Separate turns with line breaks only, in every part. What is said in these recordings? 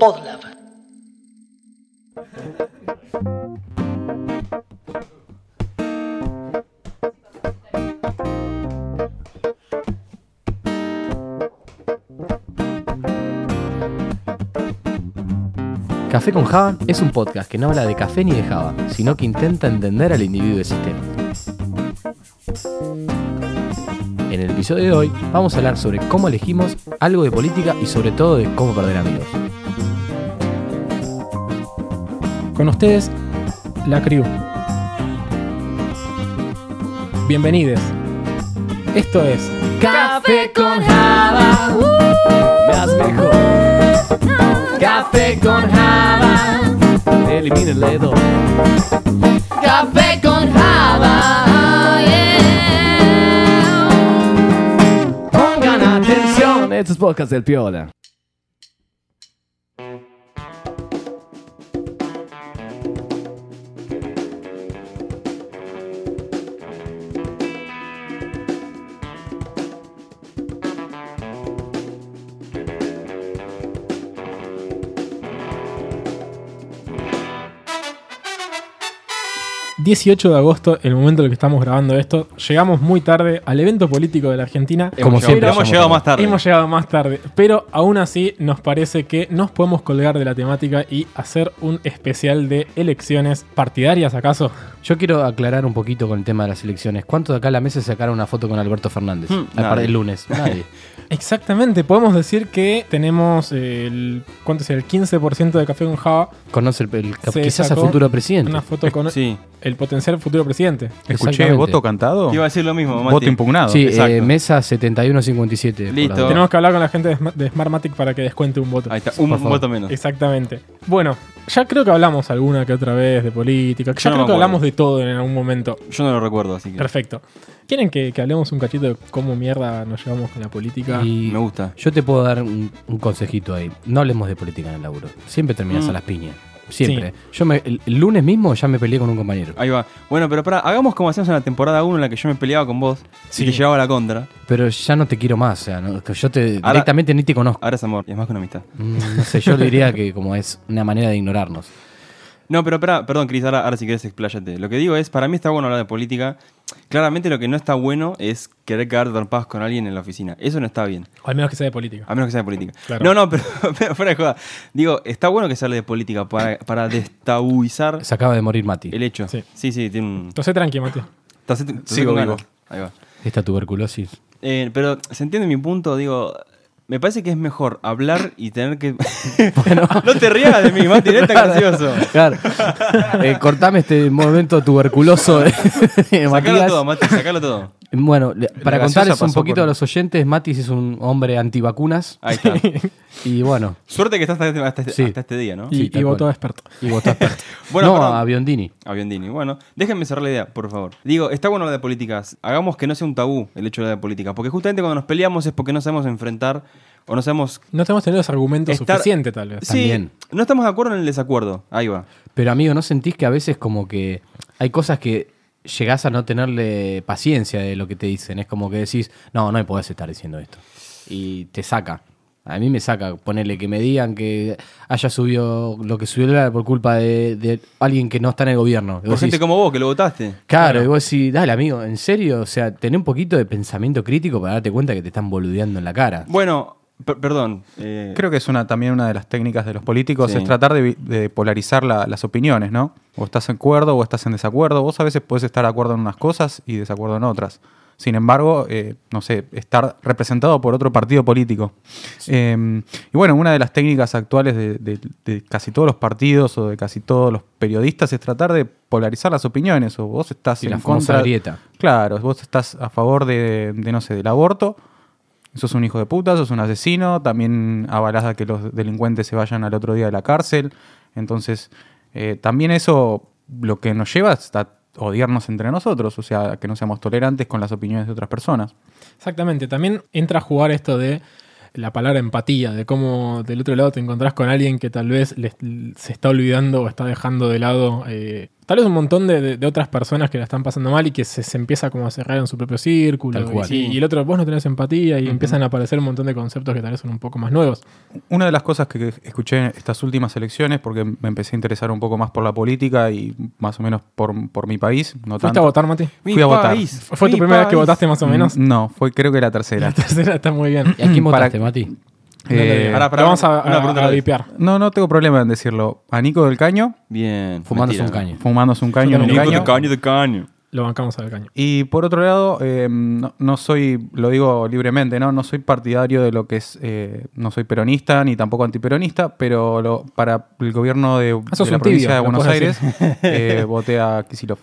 Podlab.
Café con Java es un podcast que no habla de café ni de Java, sino que intenta entender al individuo del sistema. En el episodio de hoy vamos a hablar sobre cómo elegimos algo de política y sobre todo de cómo perder amigos.
Con ustedes, la crew. Bienvenidos. Esto es
Café con Java, Uh. más mejor. Café con Java, elimínenle dos.
Café con Java.
Pongan atención, estos podcasts del Piola.
el 18 de agosto, el momento en el que estamos grabando esto. Llegamos muy tarde al evento político de la Argentina.
Como
Hemos
siempre,
llegado- hemos
somos
llegado
como-
más tarde.
Hemos llegado más tarde, pero aún así nos parece que nos podemos colgar de la temática y hacer un especial de elecciones partidarias, ¿acaso?
Yo quiero aclarar un poquito con el tema de las elecciones. ¿Cuántos de acá a la mesa sacaron una foto con Alberto Fernández?
Hmm,
A par-
nadie.
el lunes. Nadie.
Exactamente, podemos decir que tenemos el, ¿cuánto es? el 15% de Café con Java,
Conoce el, el-
Se
quizás a
sacó
futuro presidente.
una foto con
Sí.
el potencial futuro presidente.
Escuché
Exactamente.
voto cantado.
Te iba a decir lo mismo, Mati.
Voto impugnado.
Sí,
Exacto.
eh, mesa 7157. por
Listo.
la duda.
Tenemos que hablar con la gente de Sma- de Smartmatic para que descuente un voto.
Ahí está, un
Por favor.
voto menos.
Exactamente. Bueno, ya creo que hablamos alguna que otra vez de política. Ya
Yo no
creo que
me acuerdo.
hablamos de todo en algún momento.
Yo no lo recuerdo, así que
Perfecto. ¿Quieren que, que hablemos un cachito de cómo mierda nos llevamos con la política?
Y
me gusta.
yo te puedo dar un, un consejito ahí. No hablemos de política en el laburo. Siempre terminas
Mm.
a las piñas. Siempre. Yo me- el, el lunes mismo ya me peleé con un compañero.
Ahí va. Bueno, pero para, hagamos como hacíamos en la temporada 1 en la que yo me peleaba con vos
Sí.
y que llevaba la contra.
Pero ya no te quiero más. O sea, no- que yo te,
Ahora- Ah.
directamente ni te conozco.
Ahora es amor, y es más que una amistad.
Mm, No sé, yo diría que como es una manera de ignorarnos.
No, pero para, perdón, Cris, ahora, ahora si querés expláyate. Lo que digo es, para mí está bueno hablar de política. Claramente lo que no está bueno es querer cagar trompadas con alguien en la oficina. Eso no está bien.
O al menos que sea de política.
A menos que sea de política.
Claro.
No, no, pero, pero fuera de joda. Digo, está bueno que se hable de política para, para destabuizar
Se acaba de morir Mati.
el hecho.
Sí.
Sí, sí, tiene un.
Entonces tranqui, Mati.
Estás- estás
Sigo
con
vivo.
ganas. Ahí va.
Esta tuberculosis.
Eh, pero se entiende mi punto, digo. Me parece que es mejor hablar y tener que. no te rías de mí, Mati, no es tan gracioso.
Claro. Eh, cortame este momento tuberculoso de, de
Sacalo
Eh, Matías.
todo, Mati, sacalo todo.
Bueno, le- para
gaseosa
contarles un
pasó
poquito
por-
a los oyentes, Matis es un hombre antivacunas
Ahí está.
y bueno,
Suerte que estás hasta, hasta este-
Sí.
hasta este día, ¿no?
Sí,
Y,
tal
y votó
cual.
experto.
y votó a Pert.
Bueno,
no,
perdón.
a Biondini.
A Biondini. Bueno, déjenme cerrar la idea, por favor. Digo, está bueno hablar de políticas. Hagamos que no sea un tabú el hecho de hablar de política. Porque justamente cuando nos peleamos es porque no sabemos enfrentar o no sabemos.
No tenemos tenido los argumentos
Estar-
suficientes, tal vez.
Sí,
También.
no estamos de acuerdo en el desacuerdo. Ahí va.
Pero amigo, ¿no sentís que a veces como que hay cosas que llegás a no tenerle paciencia de lo que te dicen? Es como que decís, no, no me podés estar diciendo esto. Y te saca. A mí me saca ponerle que me digan que haya subido lo que subió el dólar por culpa de, de alguien que no está en el gobierno. Y
Por
vos
gente
decís,
como vos que lo votaste.
Claro, y vos decís, dale amigo, ¿en serio? O sea, tener un poquito de pensamiento crítico para darte cuenta que te están boludeando en la cara.
Bueno, per- perdón. eh,
Creo que es una, también una de las técnicas de los políticos,
Sí.
es tratar de, vi- de polarizar la- las opiniones, ¿no? O estás en acuerdo o estás en desacuerdo. Vos a veces puedes estar de acuerdo en unas cosas y desacuerdo en otras. Sin embargo, eh, no sé, estar representado por otro partido político. Eh, y bueno, una de las técnicas actuales de, de- de casi todos los partidos o de casi todos los periodistas es tratar de polarizar las opiniones. O vos estás
Sí,
en
la famosa
contra-
grieta.
Claro, vos estás a favor de, de, no sé, del aborto, sos un hijo de puta, sos un asesino, también avalás a que los delincuentes se vayan al otro día de la cárcel. Entonces, eh, también eso lo que nos lleva es a odiarnos entre nosotros, o sea, que no seamos tolerantes con las opiniones de otras personas.
Exactamente. También entra a jugar esto de la palabra empatía, de cómo del otro lado te encontrás con alguien que tal vez les- se está olvidando o está dejando de lado eh, Tal vez un montón de, de- de otras personas que la están pasando mal y que se, se empieza como a cerrar en su propio círculo.
Tal cual.
Y, y el otro, vos no tenés empatía y empiezan a aparecer un montón de conceptos que tal vez son un poco más nuevos.
Una de las cosas que escuché en estas últimas elecciones, porque me empecé a interesar un poco más por la política y más o menos por, por mi país, no
¿Fuiste
tanto.
a votar, Mati?
Mi
Fui a votar. Mm,
país,
¿Fue tu
mi
primera vez que
país.
votaste más o menos?
No, fue, creo que la tercera.
La tercera está muy bien.
¿Y a quién
Para-
votaste, Mati?
Eh,
Ahora,
Lo vamos a,
una
a,
pregunta
a
más.
vipear.
no, no tengo problema en decirlo. A Nico del Caño,
Bien.
Fumándose
mentira.
un caño.
fumándose un caño en un
también.
Nico de
caño.
caño de caño.
Lo bancamos al caño.
Y por otro lado, eh, no, no soy, lo digo libremente, ¿no? No soy partidario de lo que es, eh, no soy peronista ni tampoco antiperonista, pero lo- para el gobierno de,
Ah, sos
de la
un
provincia
tibio,
de
lo
Buenos
puedes
Aires,
decir.
eh, voté a Kisilov.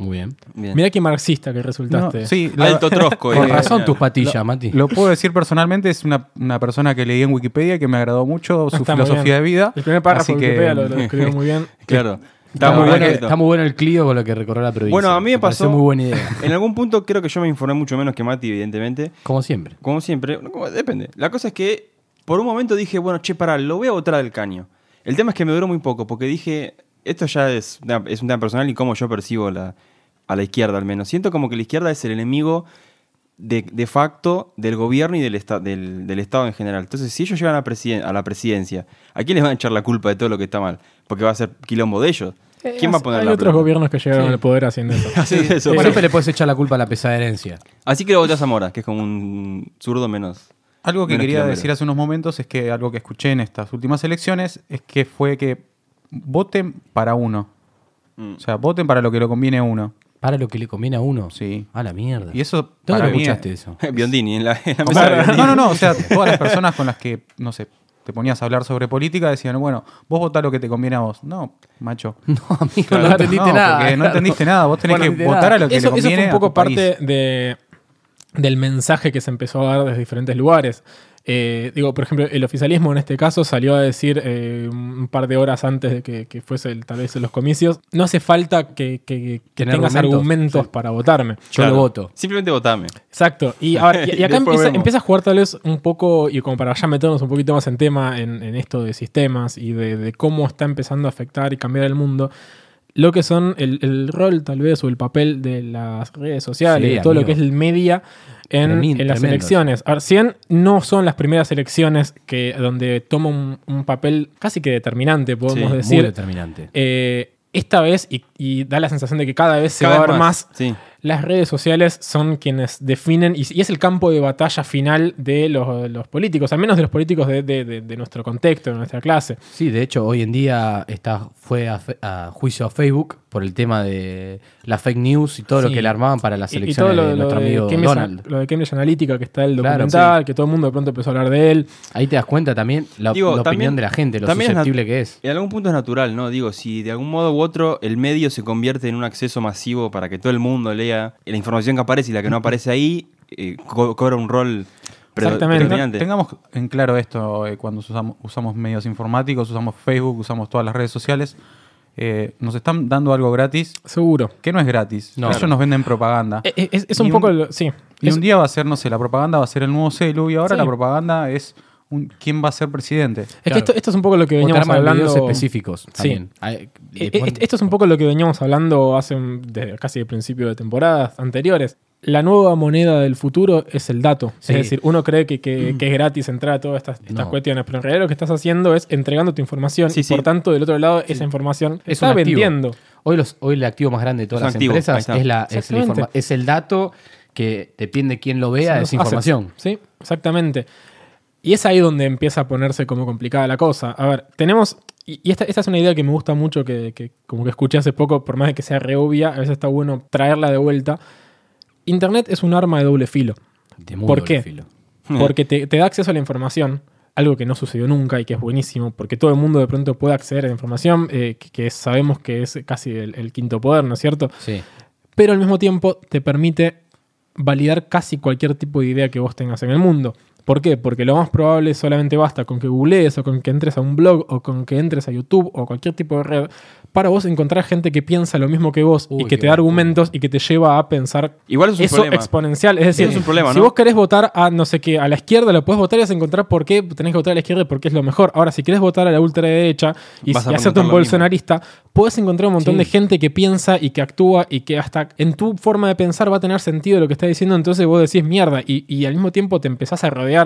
Muy bien.
Bien.
Mirá qué marxista que
No,
resultaste.
sí, la-
Alto trosco.
Con
eh.
razón tus patillas, Mati.
lo puedo decir personalmente, es una, una persona que leí en Wikipedia que me agradó mucho su
Ah, Está muy
filosofía de
bien.
vida.
El primer párrafo
así
de
que, eh,
Wikipedia lo, lo escribió muy bien.
Claro.
Está, muy bueno,
Perfecto.
está muy bueno el Clio con lo que recorrió la provincia.
Bueno, a mí me
pareció
pasó-
muy buena idea.
En algún punto creo que yo me informé mucho menos que Mati, evidentemente.
Como siempre.
Como siempre, no, como- depende. La cosa es que por un momento dije, bueno, che, pará, lo voy a votar del caño. El tema es que me duró muy poco, porque dije, esto ya es, una- es un tema personal y cómo yo percibo la, a la izquierda al menos. Siento como que la izquierda es el enemigo de, de facto del gobierno y del, esta- del, del Estado en general. Entonces, si ellos llegan a, presiden- a la presidencia, ¿a quién les van a echar la culpa de todo lo que está mal? Porque va a ser quilombo de ellos. ¿Quién va a poner
Eh, Hay
la
otros
plata?
gobiernos que llegaron
Sí.
al poder haciendo eso.
Sí, eso,
Bueno,
bueno.
siempre le puedes echar la culpa a la pesada herencia.
Así que lo voté a Zamora, que es como un zurdo menos.
Algo que
menos
quería
quilombero.
decir hace unos momentos es que algo que escuché en estas últimas elecciones es que fue que voten para uno.
Mm.
O sea, voten para lo que lo conviene a uno.
Para lo que le conviene a uno.
Sí.
A la mierda.
Y eso
¿Dónde
para
lo
mí
escuchaste
es-
eso?
Biondini, en la, en la mesa de
No,
Biondini.
no, no. O sea, todas las personas con las que, no sé, te ponías a hablar sobre política decían, bueno, vos votá lo que te conviene a vos. No, macho.
No, amigo,
Claro,
no entendiste
no,
nada.
porque no
claro.
entendiste nada. Vos tenés
Bueno,
que
entendí
votar
nada.
a lo que
eso,
le
eso
conviene
fue un
a
poco
tu país.
parte de, del mensaje que se empezó a dar desde diferentes lugares. Eh, digo, por ejemplo, el oficialismo en este caso salió a decir eh, un par de horas antes de que, que fuese el- tal vez los comicios, no hace falta que, que- que
Tener
tengas
argumentos,
argumentos para votarme.
Yo
Claro.
lo voto.
Simplemente votame.
Exacto. Y, ahora- y- y acá
Después
empieza,
vemos.
empieza a jugar tal vez un poco, y como para ya meternos un poquito más en tema, en, en esto de sistemas y de, de cómo está empezando a afectar y cambiar el mundo, lo que son el, el rol tal vez o el papel de las redes sociales,
Sí,
de todo lo
amigo.
que es el media en,
Tremin-
en las
tremendo.
elecciones. A ver, si bien no son las primeras elecciones que, donde toma un, un papel casi que determinante, podemos
Sí,
muy
decir,
determinante.
eh, esta vez, y, y da la sensación de que cada vez se
Cada
va a
vez
ver más
Sí.
las redes sociales son quienes definen y, y es el campo de batalla final de los, los políticos, al menos de los políticos de, de- de- de nuestro contexto, de nuestra clase.
Sí, de hecho, hoy en día está, fue a, fe- a juicio a Facebook por el tema de las fake news y todo lo
Sí.
que le armaban para las
Y- y
elecciones
todo lo,
de
lo
nuestro
de
amigo
Cambridge,
Donald.
lo de Cambridge Analytica, que está el
Claro,
documental, que todo el mundo de pronto empezó a hablar de él.
Ahí te das cuenta también la,
Digo,
la
también-
opinión de la gente, lo
también es nat-
susceptible que es.
En algún punto es natural, ¿no? Digo, si de algún modo u otro el medio se convierte en un acceso masivo para que todo el mundo lea la información que aparece y la que no aparece ahí, eh, co- cobra un rol pre-
Exactamente.
Tenga-
predominante.
Tengamos en claro esto eh, cuando usamos, usamos medios informáticos, usamos Facebook, usamos todas las redes sociales. Eh, nos están dando algo gratis
Seguro.
que no es gratis.
No.
Ellos nos venden propaganda.
Eh, eh, Es, es un
Y
poco...
un-
lo- sí.
Y
Es-
un día va a ser, no sé, la propaganda va a ser el nuevo celu y ahora
Sí.
la propaganda es un, quién va a ser presidente.
es que esto, esto es un poco lo que
O te
veníamos
arman
hablando...
videos específicos también. Hay- le
Eh, eh,
ponen-
Esto es un poco lo que veníamos hablando hace un- desde casi el principio de temporadas anteriores. La nueva moneda del futuro es el dato.
Sí. Mm.
Es decir, uno cree que, que- que es gratis entrar a todas estas, estas
No.
cuestiones, pero en realidad lo que estás haciendo es entregando tu información
Sí,
y
sí.
por tanto del otro lado esa información
Es
está
un activo.
vendiendo.
Hoy, los, hoy el activo más grande de todas
Es un
las
activo, ahí
empresas
está.
es, la, es, la
Exactamente.
informa- es el dato que depende quién lo vea,
Son
es
los assets.
información.
Sí, exactamente. Y es ahí donde empieza a ponerse como complicada la cosa. A ver, tenemos. Y y esta, esta es una idea que me gusta mucho, que, que como que escuché hace poco, por más de que sea re obvia, a veces está bueno traerla de vuelta. Internet es un arma de doble filo.
De muy
¿Por
doble
qué?
filo.
Porque te, te da acceso a la información, algo que no sucedió nunca y que es buenísimo, porque todo el mundo de pronto puede acceder a la información, eh, que, que sabemos que es casi el, el quinto poder, ¿no es cierto?
Sí.
Pero al mismo tiempo te permite validar casi cualquier tipo de idea que vos tengas en el mundo. ¿Por qué? Porque lo más probable solamente basta con que googlees o con que entres a un blog o con que entres a YouTube o cualquier tipo de red para vos encontrar gente que piensa lo mismo que vos
Uy,
y que
qué
te da
bueno.
argumentos y que te lleva a pensar
Igual eso es
eso
un problema.
exponencial. Es decir,
Eso es un problema,
si
¿no?
vos querés votar a no sé qué, a la izquierda, lo puedes votar y vas a encontrar por qué tenés que votar a la izquierda y por qué es lo mejor. Ahora, si querés votar a la ultraderecha y,
Vas a
y hacerte
preguntar
un
lo mismo.
bolsonarista, puedes encontrar un montón
Sí.
de gente que piensa y que actúa y que hasta en tu forma de pensar va a tener sentido lo que está diciendo. Entonces vos decís mierda y, y al mismo tiempo te empezás a rodear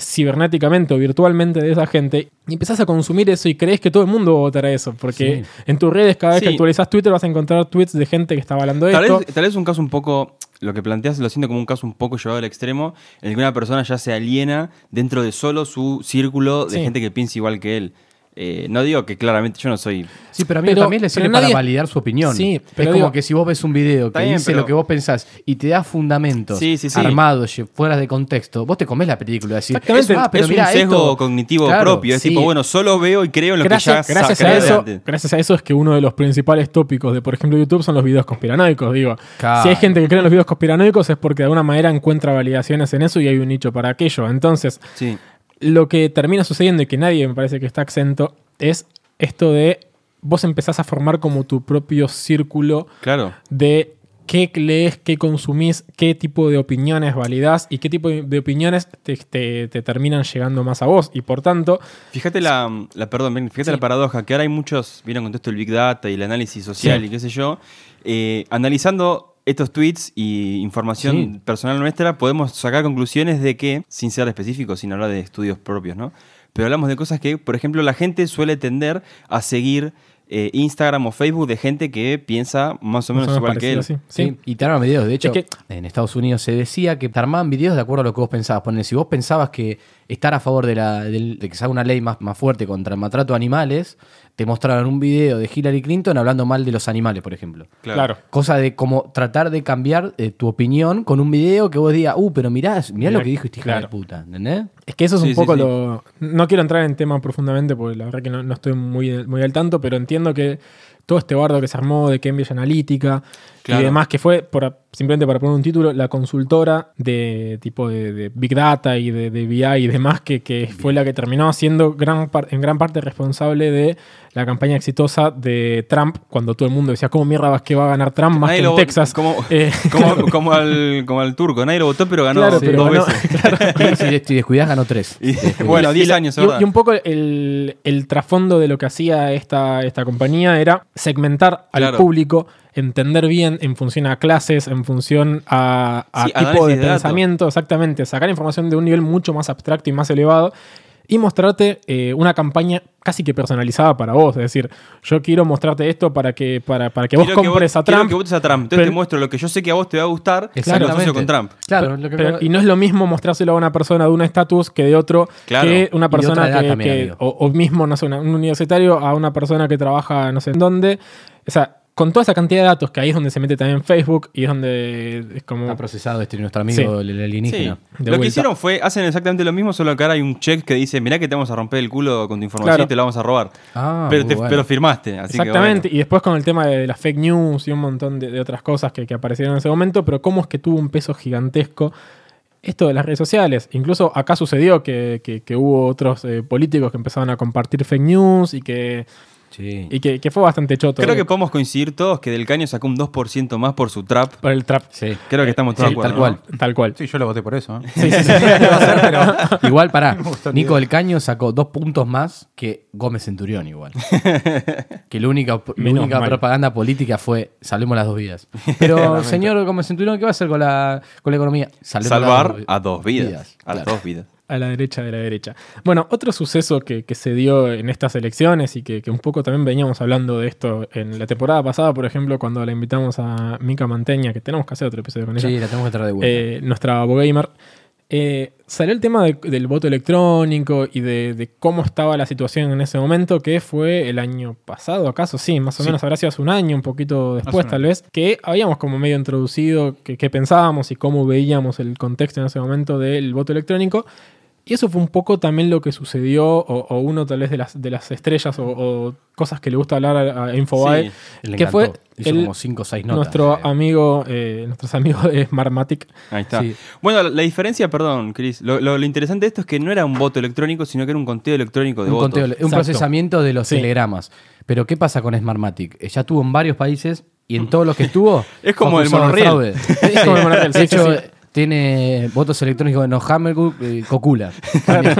cibernéticamente o virtualmente de esa gente y empezás a consumir eso y crees que todo el mundo va a votar a eso. Porque en tus redes, cada vez que
Sí.
actualizás Twitter, vas a encontrar tweets de gente que está hablando de
Tal
esto.
vez, tal vez un caso un poco, lo que planteas lo siento como un caso un poco llevado al extremo, en el que una persona ya se aliena dentro de solo su círculo de
Sí.
gente que piensa igual que él. Eh, no digo que claramente yo no soy...
Sí, pero a mí
Pero-
también le
pero
sirve para
nadie-
validar su opinión.
Sí,
es
pero
como
digo-
que si vos ves un video que
Está bien,
dice
pero-
lo que vos pensás y te da fundamentos
Sí, sí, sí.
armados, lle- fuera de contexto, vos te comés la película. Decís,
Exactamente.
"Ah, pero
es un
mirá
sesgo
esto".
cognitivo
Claro,
propio, es
sí.
tipo, bueno, solo veo y creo en lo
gracias,
que ya
gracias
sacré
a eso,
de antes.
gracias a eso es que uno de los principales tópicos de, por ejemplo, YouTube son los videos conspiranoicos. Digo,
Claro.
si hay gente que cree en los videos conspiranoicos es porque de alguna manera encuentra validaciones en eso y hay un nicho para aquello. Entonces,
Sí.
lo que termina sucediendo y que nadie me parece que está exento es esto de vos empezás a formar como tu propio círculo
Claro.
de qué lees, qué consumís, qué tipo de opiniones validás y qué tipo de- de opiniones te, te- te terminan llegando más a vos. Y por tanto,
Fíjate la, la- perdón, ven, fíjate la paradoja, que ahora hay muchos, vieron con todo esto el Big Data y el análisis social
Sí.
y qué sé yo, eh, analizando estos tweets y información
Sí.
personal nuestra, podemos sacar conclusiones de que, sin ser específicos, sin hablar de estudios propios, ¿no? Pero hablamos de cosas que, por ejemplo, la gente suele tender a seguir eh, Instagram o Facebook de gente que piensa más o menos
más o menos
igual que él.
parecido, sí.
Sí, y te arman videos. De hecho,
que-
en Estados Unidos se decía que te armaban videos de acuerdo a lo que vos pensabas. Poner, si vos pensabas que estar a favor de, la, del- de que se haga una ley más, más fuerte contra el maltrato a animales, te mostraban un video de Hillary Clinton hablando mal de los animales, por ejemplo.
claro.
Cosa de como tratar de cambiar eh, tu opinión con un video que vos digas, uh, pero mirá, mirá
Mirá,
lo que dijo este hijo
claro.
de puta, ¿entendés?
Es que eso es
Sí,
un
sí,
poco
sí.
lo. No quiero entrar en tema profundamente porque la verdad que no, no estoy muy, muy al tanto, pero entiendo que todo este bardo que se armó de Cambridge Analytica
Claro.
y demás, que fue, por, simplemente para poner un título, la consultora de tipo de, de Big Data y de, de BI y demás, que, que fue la que terminó siendo gran par- en gran parte responsable de la campaña exitosa de Trump, cuando todo el mundo decía, ¿cómo mierda vas que va a ganar Trump más
Nadie
que en
lo-
Texas?
Como,
Eh,
como, como al, como al turco, nadie lo votó, pero ganó
Claro,
dos
pero ganó-
veces.
Y si des- si descuidás, ganó tres.
Y- bueno, 10 años, es
Y,
¿verdad?
y un poco el, el trasfondo de lo que hacía esta, esta compañía era segmentar al
Claro.
público, entender bien en función a clases, en función a, a
Sí,
tipo de
análisis de datos.
pensamiento, exactamente, sacar información de un nivel mucho más abstracto y más elevado. Y mostrarte eh, una campaña casi que personalizada para vos. Es decir, yo quiero mostrarte esto para que, para, para que vos
Quiero
compres a
quiero
Trump.
que votes a Trump. Entonces
Pero-
te muestro lo que yo sé que a vos te va a gustar. y Lo asocio con Trump.
Claro,
Pero-
lo que-
pero- y no es lo mismo mostrárselo a una persona de un estatus que de otro,
Claro.
que
de otra
una persona
edad
que,
también,
que-
amigo.
o, o mismo, no sé, una- un universitario a una persona que trabaja no sé en dónde. O sea, con toda esa cantidad de datos que ahí es donde se mete también Facebook y es donde es como...
está procesado este nuestro amigo,
Sí.
el el
Sí.
alienígena.
De
Lo
vuelta.
que hicieron fue, hacen exactamente lo mismo, solo que ahora hay un check que dice, mirá que te vamos a romper el culo con tu información
Claro.
y te la vamos a robar.
Ah,
pero,
muy
te-
bueno.
pero firmaste, así
Exactamente,
que
y después con el tema de las fake news y un montón de, de otras cosas que, que aparecieron en ese momento, pero cómo es que tuvo un peso gigantesco esto de las redes sociales. Incluso acá sucedió que, que- que hubo otros eh, políticos que empezaron a compartir fake news y que,
Sí.
y que, que fue bastante choto.
Creo
eh,
que podemos coincidir todos que Del Caño sacó un 2% más por su trap.
Por el trap.
Sí.
Creo que estamos todos
Eh, sí,
de acuerdo.
tal cual.
¿no?
Tal cual.
Sí, yo lo voté por eso. ¿eh?
Igual, pará.
gustó la
Nico
idea.
del Caño sacó dos puntos más que Gómez Centurión, igual. que la única, la
Menos
única
mal.
propaganda política fue salvemos las dos vidas. Pero, señor Gómez Centurión, ¿qué va a hacer con la, con la economía? Salvemos las
Salvar
vi-
a dos vidas. a las
claro.
dos vidas.
A la derecha de la derecha. Bueno, otro suceso que, que se dio en estas elecciones y que, que un poco también veníamos hablando de esto en la temporada pasada, por ejemplo, cuando la invitamos a Mica Manteña, que tenemos que hacer otro episodio con ella.
Sí, la tenemos que traer de vuelta.
eh, nuestra Bogamer, eh, salió el tema de- del voto electrónico y de, de cómo estaba la situación en ese momento, que fue el año pasado, acaso, sí, más o menos habrá sido hace un año, un poquito después
un
tal vez, que habíamos como medio introducido qué qué pensábamos y cómo veíamos el contexto en ese momento del voto electrónico. Y eso fue un poco también lo que sucedió, o, o uno tal vez de las, de las estrellas o, o cosas que le gusta hablar a, a Infobae,
Sí,
Le
que
encantó.
fue
Hizo
el-
como 5 o 6 notas.
nuestro
Eh,
amigo, eh, nuestros amigos de Smartmatic.
Ahí está.
Sí.
Bueno, la, la diferencia, perdón, Chris, lo, lo- lo interesante de esto es que no era un voto electrónico, sino que era un conteo electrónico de
un,
votos.
conteo- un
Exacto.
procesamiento de los
Sí.
telegramas. Pero ¿qué pasa con Smartmatic? Eh, Ya estuvo en varios países y en todos los que estuvo.
Es como
fue
el
acusado de
monorriel.
fraude.
Es como el monorriel, sí,
De hecho,
sí, sí.
eh, tiene votos electrónicos en Ohamelgu, eh, Cocula. también.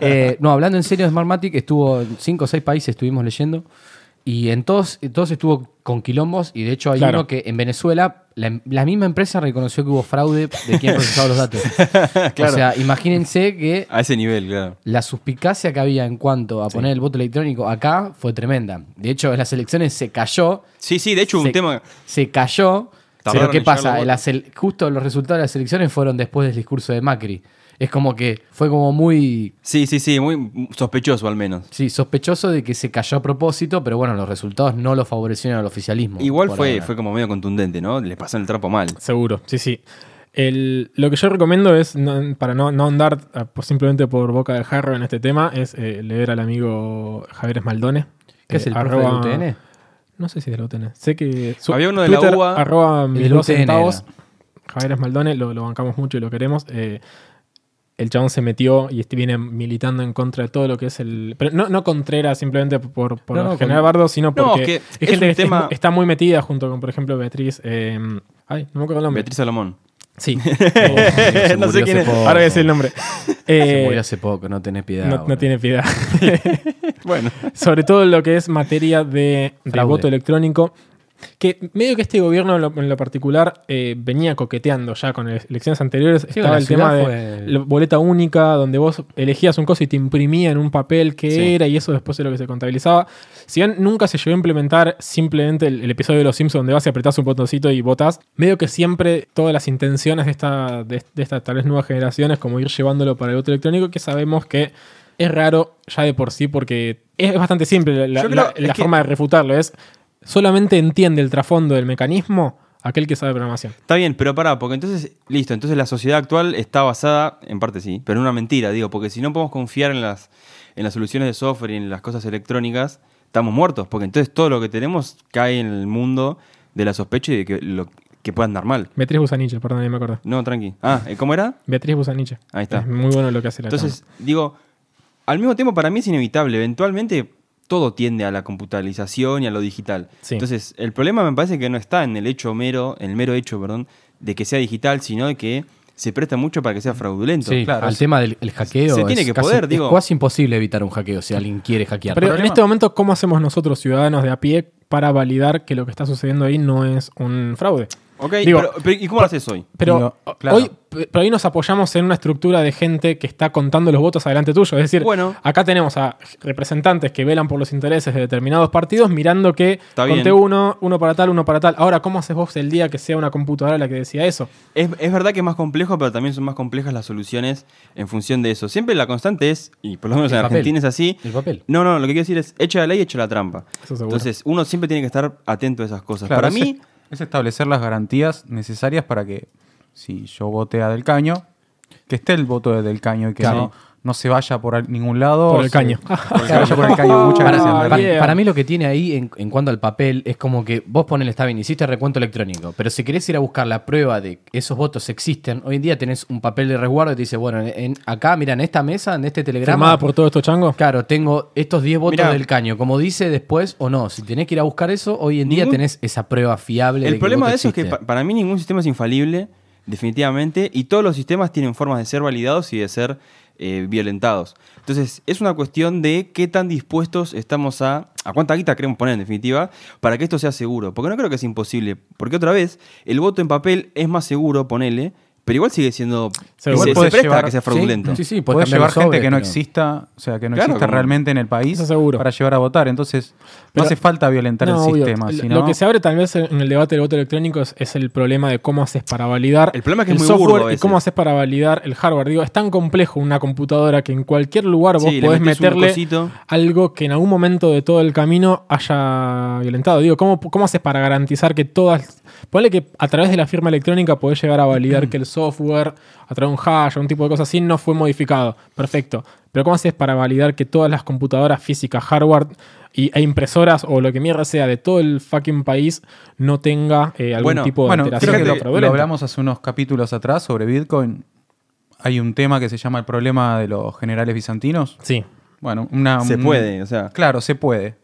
Eh, no, hablando en serio de Smartmatic, estuvo en 5 o 6 países, estuvimos leyendo. Y en todos, en todos estuvo con quilombos. Y de hecho, hay
Claro.
uno que en Venezuela, la, la misma empresa reconoció que hubo fraude de quien procesaba los datos. O sea, imagínense que
A ese nivel, claro.
la suspicacia que había en cuanto a poner el voto electrónico acá fue tremenda. De hecho, en las elecciones se cayó.
Sí, sí, de hecho, un
se,
tema.
Se cayó.
Tardaron
pero ¿qué
en llegar los
pasa? Las ele- justo los resultados de las elecciones fueron después del discurso de Macri. Es como que fue como muy
Sí, sí, sí, muy sospechoso al menos.
sí, sospechoso de que se cayó a propósito, pero bueno, los resultados no lo favorecieron al oficialismo.
Igual
por
fue,
ahora.
fue como medio contundente, ¿no? Le pasan el trapo mal.
Seguro, sí, sí. El- lo que yo recomiendo es, no- para no, no andar ah, por- simplemente por boca de jarro en este tema, es eh, leer al amigo Javier Esmaldone.
¿Qué es
eh,
el profe del
arroba-
UTN?
No sé si de la UTN. Sé que. su-
Había uno de la
Twitter,
UBA.
Arroba mis
del
dos
UTN
centavos.
era.
Javier Esmaldone, lo, lo bancamos mucho y lo queremos. Eh, el chabón se metió y este viene militando en contra de todo lo que es el. Pero no, no contrera simplemente por, por
No, no,
generar
con-
bardo, sino
No,
porque
que
hay
es
gente
un
que
tema-
está, está muy metida junto con, por ejemplo, Beatriz. eh, ay, no me acuerdo el nombre.
Beatriz Salomón.
Sí.
Se
No sé
murió
quién
Oh, hace
es.
poco.
Ahora voy a decir el nombre.
Se
Eh,
murió hace poco, no tenés piedad.
no, no
boludo.
tiene piedad.
Bueno,
Sobre todo en lo que es materia de, de
Fraude.
voto electrónico. Que medio que este gobierno en lo, en lo particular eh, venía coqueteando ya con ele- elecciones anteriores.
Sí,
Estaba
la
el tema de
ciudad fue-
la boleta única, donde vos elegías un coso y te imprimía en un papel que
Sí.
era y eso después es lo que se contabilizaba. Si bien nunca se llegó a implementar simplemente el, el episodio de Los Simpsons donde vas y apretás un botoncito y votás, medio que siempre todas las intenciones de esta, de, de esta tal vez nueva generación es como ir llevándolo para el voto electrónico que sabemos que es raro ya de por sí porque es bastante simple la,
Yo
la-
creo-
la
es que-
forma de refutarlo. Es solamente entiende el trasfondo del mecanismo aquel que sabe programación.
está bien, pero pará, porque entonces, listo, entonces la sociedad actual está basada, en parte sí, pero en una mentira, digo, porque si no podemos confiar en las, en las soluciones de software y en las cosas electrónicas, estamos muertos, porque entonces todo lo que tenemos cae en el mundo de la sospecha y de que, lo, que pueda andar mal.
Beatriz Busaniche, perdón, ahí me acuerdo.
No, tranqui. Ah, ¿eh, ¿cómo era?
Beatriz Busaniche.
Ahí está.
Es muy bueno lo que hace la
Entonces, digo, al mismo tiempo para mí es inevitable. Eventualmente todo tiende a la computarización y a lo digital.
Sí.
Entonces, el problema me parece que no está en el hecho mero, en el mero hecho, perdón, de que sea digital, sino de que se presta mucho para que sea fraudulento.
Sí,
Claro,
al
es-
tema del el hackeo.
se tiene
es
que
casi,
poder,
es
digo.
casi imposible evitar un hackeo si alguien quiere hackear.
Pero en
problema-
este momento, ¿cómo hacemos nosotros, ciudadanos de a pie, para validar que lo que está sucediendo ahí no es un fraude?
Ok,
Digo,
pero- pero ¿y cómo lo haces hoy?
Pero
Digo, claro.
hoy, pero hoy nos apoyamos en una estructura de gente que está contando los votos adelante tuyo. Es decir,
Bueno.
acá tenemos a representantes que velan por los intereses de determinados partidos mirando que
Está
conté
bien.
uno, uno para tal, uno para tal. Ahora, ¿cómo haces vos el día que sea una computadora la que decía eso?
Es, es verdad que es más complejo, pero también son más complejas las soluciones en función de eso. Siempre la constante es, y por lo menos
El
en
papel.
Argentina es así.
El papel.
No, no, lo que quiero decir es, echa la ley, echa la trampa.
Eso seguro.
Entonces, uno siempre tiene que estar atento a esas cosas.
Claro,
Para
es-
mí,
Es establecer las garantías necesarias para que, si yo vote a Del Caño, que esté el voto de Del Caño y que
Claro.
no, no se vaya por al- ningún lado.
Por
o
el
se-
caño.
Se vaya por el caño. Muchas
Para,
gracias.
Ah,
para-
Bernie.
bien.
para mí lo que tiene ahí en, en cuanto al papel es como que vos ponele, está bien, hiciste recuento electrónico, pero si querés ir a buscar la prueba de que esos votos existen, hoy en día tenés un papel de resguardo y te dice, bueno, en, acá, mira, en esta mesa, en este telegrama,
¿Firmada por todo esto, chango?
claro, tengo estos 10 votos
Mirá.
del caño, como dice después o no, si tenés que ir a buscar eso, hoy en día
Ningún-
tenés esa prueba fiable.
El problema de
voto
eso es que
existe.
pa- para mí ningún sistema es infalible, definitivamente, y todos los sistemas tienen formas de ser validados y de ser eh, violentados. Entonces, es una cuestión de qué tan dispuestos estamos a. a cuánta guita queremos poner, en definitiva, para que esto sea seguro. Porque no creo que es imposible. Porque otra vez, el voto en papel es más seguro, ponele, pero igual sigue siendo.
Se-
y
igual
se, se
podés
presta
llevar-
a que sea fraudulento.
Sí, sí, podés
Podés
cambiar
llevar
los
gente
sobres,
que no
pero-
exista, o sea, que no
Claro,
exista
como-
realmente en el país
Eso seguro.
para llevar a votar. Entonces,
Pero-
no hace falta violentar
No,
el
obvio.
sistema.
Lo-
Sino,
Lo que se abre tal vez en el debate del voto electrónico es, es el problema de cómo haces para validar
El problema es que es
el
muy burdo
software
a
y
veces.
cómo haces para validar el hardware. Digo, es tan complejo una computadora que en cualquier lugar vos
Sí, le
podés
metés un
meterle
cosito.
algo que en algún momento de todo el camino haya violentado. Digo, ¿cómo, cómo haces para garantizar que todas... Ponle que a través de la firma electrónica podés llegar a validar que el software, a través de un hash, un tipo de cosa así, no fue modificado. Perfecto. Pero ¿cómo haces para validar que todas las computadoras físicas, hardware y, e impresoras o lo que mierda sea de todo el fucking país no tenga eh, algún
Bueno,
tipo de
Bueno,
alteración
creo
que
que
lo
lo
lo
fraudulenta?
hablamos hace unos capítulos atrás sobre Bitcoin. Hay un tema que se llama el problema de los generales bizantinos.
Sí.
Bueno, una.
Se
un-
puede, o sea.
Claro, se puede.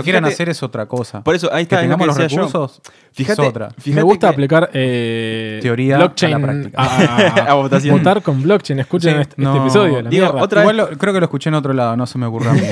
Pero
lo que quieran
fíjate-
hacer es otra cosa.
Por eso, ahí está,
Que
es lo
tengamos
que
los
decía yo.
recursos.
Fíjate,
Es otra.
fíjate
Me gusta
que-
aplicar eh,
Teoría a la
blockchain
práctica.
A votación.
votar con blockchain. Escuchen
Sí,
este, este
no,
episodio. La
digo,
mierda.
otra
Igual
vez-
lo- creo que lo escuché en otro lado, no se me ocurrió. a mí.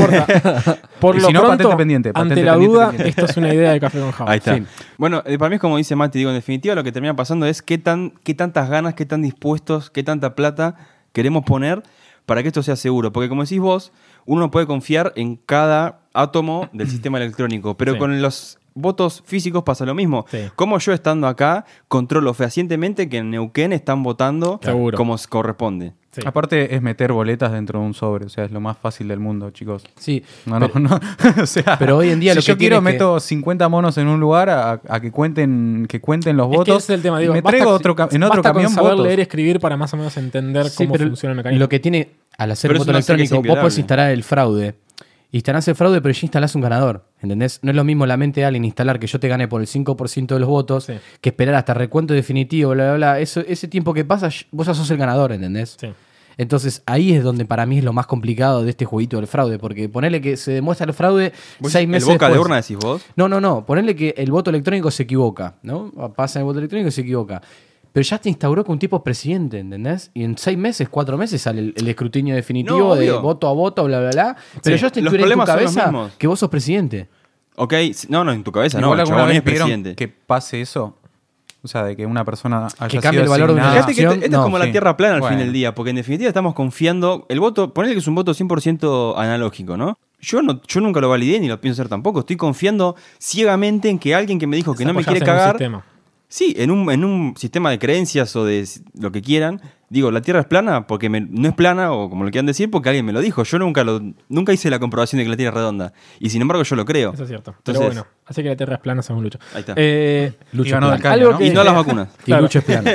Por
y
lo
si no,
pronto,
patente pendiente,
ante
patente
la
pendiente,
duda,
pendiente.
esto es una idea de Café con Java.
Ahí está.
Sí.
Bueno, eh, para mí es como dice Mati, digo, en definitiva lo que termina pasando es qué, tan, qué tantas ganas, qué tan dispuestos, qué tanta plata queremos poner para que esto sea seguro. Porque como decís vos, uno no puede confiar en cada átomo del sistema electrónico, pero
Sí.
con los votos físicos pasa lo mismo.
Sí.
Como yo estando acá, controlo fehacientemente que en Neuquén están votando
Seguro.
como s- corresponde.
Sí.
Aparte es meter boletas dentro de un sobre, o sea, es lo más fácil del mundo, chicos.
Sí,
No,
pero-
no, no. o sea,
pero hoy en día
si
lo que
yo quiero
tiene es que-
meto 50 monos en un lugar a, a que cuenten que cuenten los
Es que
votos.
ese es el tema, digo,
me
basta
traigo
con-
otro ca- en
basta
otro camión
con saber
votos.
leer y escribir para más o menos entender
Sí,
cómo
pero
funciona el mecanismo.
Lo que tiene al hacer
Pero
voto
eso no hace que sea
electrónico, vos podés
inviolable.
instalar el fraude. Instalás el fraude, pero ya instalás un ganador. ¿Entendés? No es lo mismo la mente de alguien instalar que yo te gane por el 5% de los votos
Sí.
que esperar hasta recuento definitivo, bla, bla, bla. Eso, ese tiempo que pasa, vos ya sos el ganador, ¿entendés?
Sí.
Entonces ahí es donde para mí es lo más complicado de este jueguito del fraude, porque ponele que se demuestra el fraude
Vos decís,
seis meses
el boca de
después.
urna decís vos.
No, no, no. Ponerle que el voto electrónico se equivoca, ¿no? Pasa el voto electrónico y se equivoca. Pero ya te instauró que un tipo es presidente, ¿entendés? Y en seis meses, cuatro meses sale el, el escrutinio definitivo
No,
de
obvio.
voto a voto, bla, bla, bla. Pero
Sí,
yo te instauré en
los
tu
problemas son los
cabeza
mismos.
que vos sos presidente.
Ok, si- no, no, en tu cabeza, no,
Igual
el
alguna
chabón
vez
es
vieron
presidente.
que pase eso. O sea, de que una persona haya
Que cambie
sido
el valor de una
asignada-
elección.
Fíjate que esto, esto
no,
es como
Ah, sí.
la tierra plana al
Bueno.
fin del día, porque en definitiva estamos confiando. El voto, ponele que es un voto 100% analógico, ¿no? Yo, no, yo nunca lo validé ni lo pienso hacer tampoco. Estoy confiando ciegamente en que alguien que me dijo que no me quiere
Apoyarse en un
cagar.
sistema.
sí, en un, en un sistema de creencias o de s- lo que quieran. Digo, la tierra es plana porque me- no es plana o como lo quieran decir, porque alguien me lo dijo. Yo nunca, lo, nunca hice la comprobación de que la tierra es redonda. Y sin embargo, yo lo creo.
Eso es cierto.
Entonces-
Pero bueno, así que la Tierra es plana según Lucho.
Ahí está.
Eh,
Lucho ganó del
Algo
caño, ¿no?
que-
Y no a las vacunas.
Y
Claro.
Lucho es plano.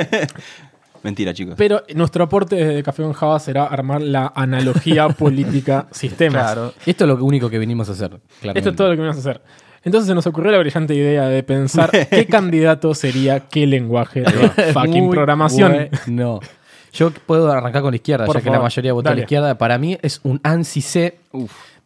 Mentira, chicos.
Pero nuestro aporte desde Café con Java será armar la analogía política-sistemas.
Claro.
Esto es lo único que vinimos a hacer. Claramente.
Esto es todo lo que vamos a hacer. Entonces se nos ocurrió la brillante idea de pensar qué candidato sería qué lenguaje de fucking
Muy
programación.
bueno. Yo puedo arrancar con la izquierda,
Por
ya que la
favor,
mayoría votó a
dale.
la izquierda. Para mí es un ANSI C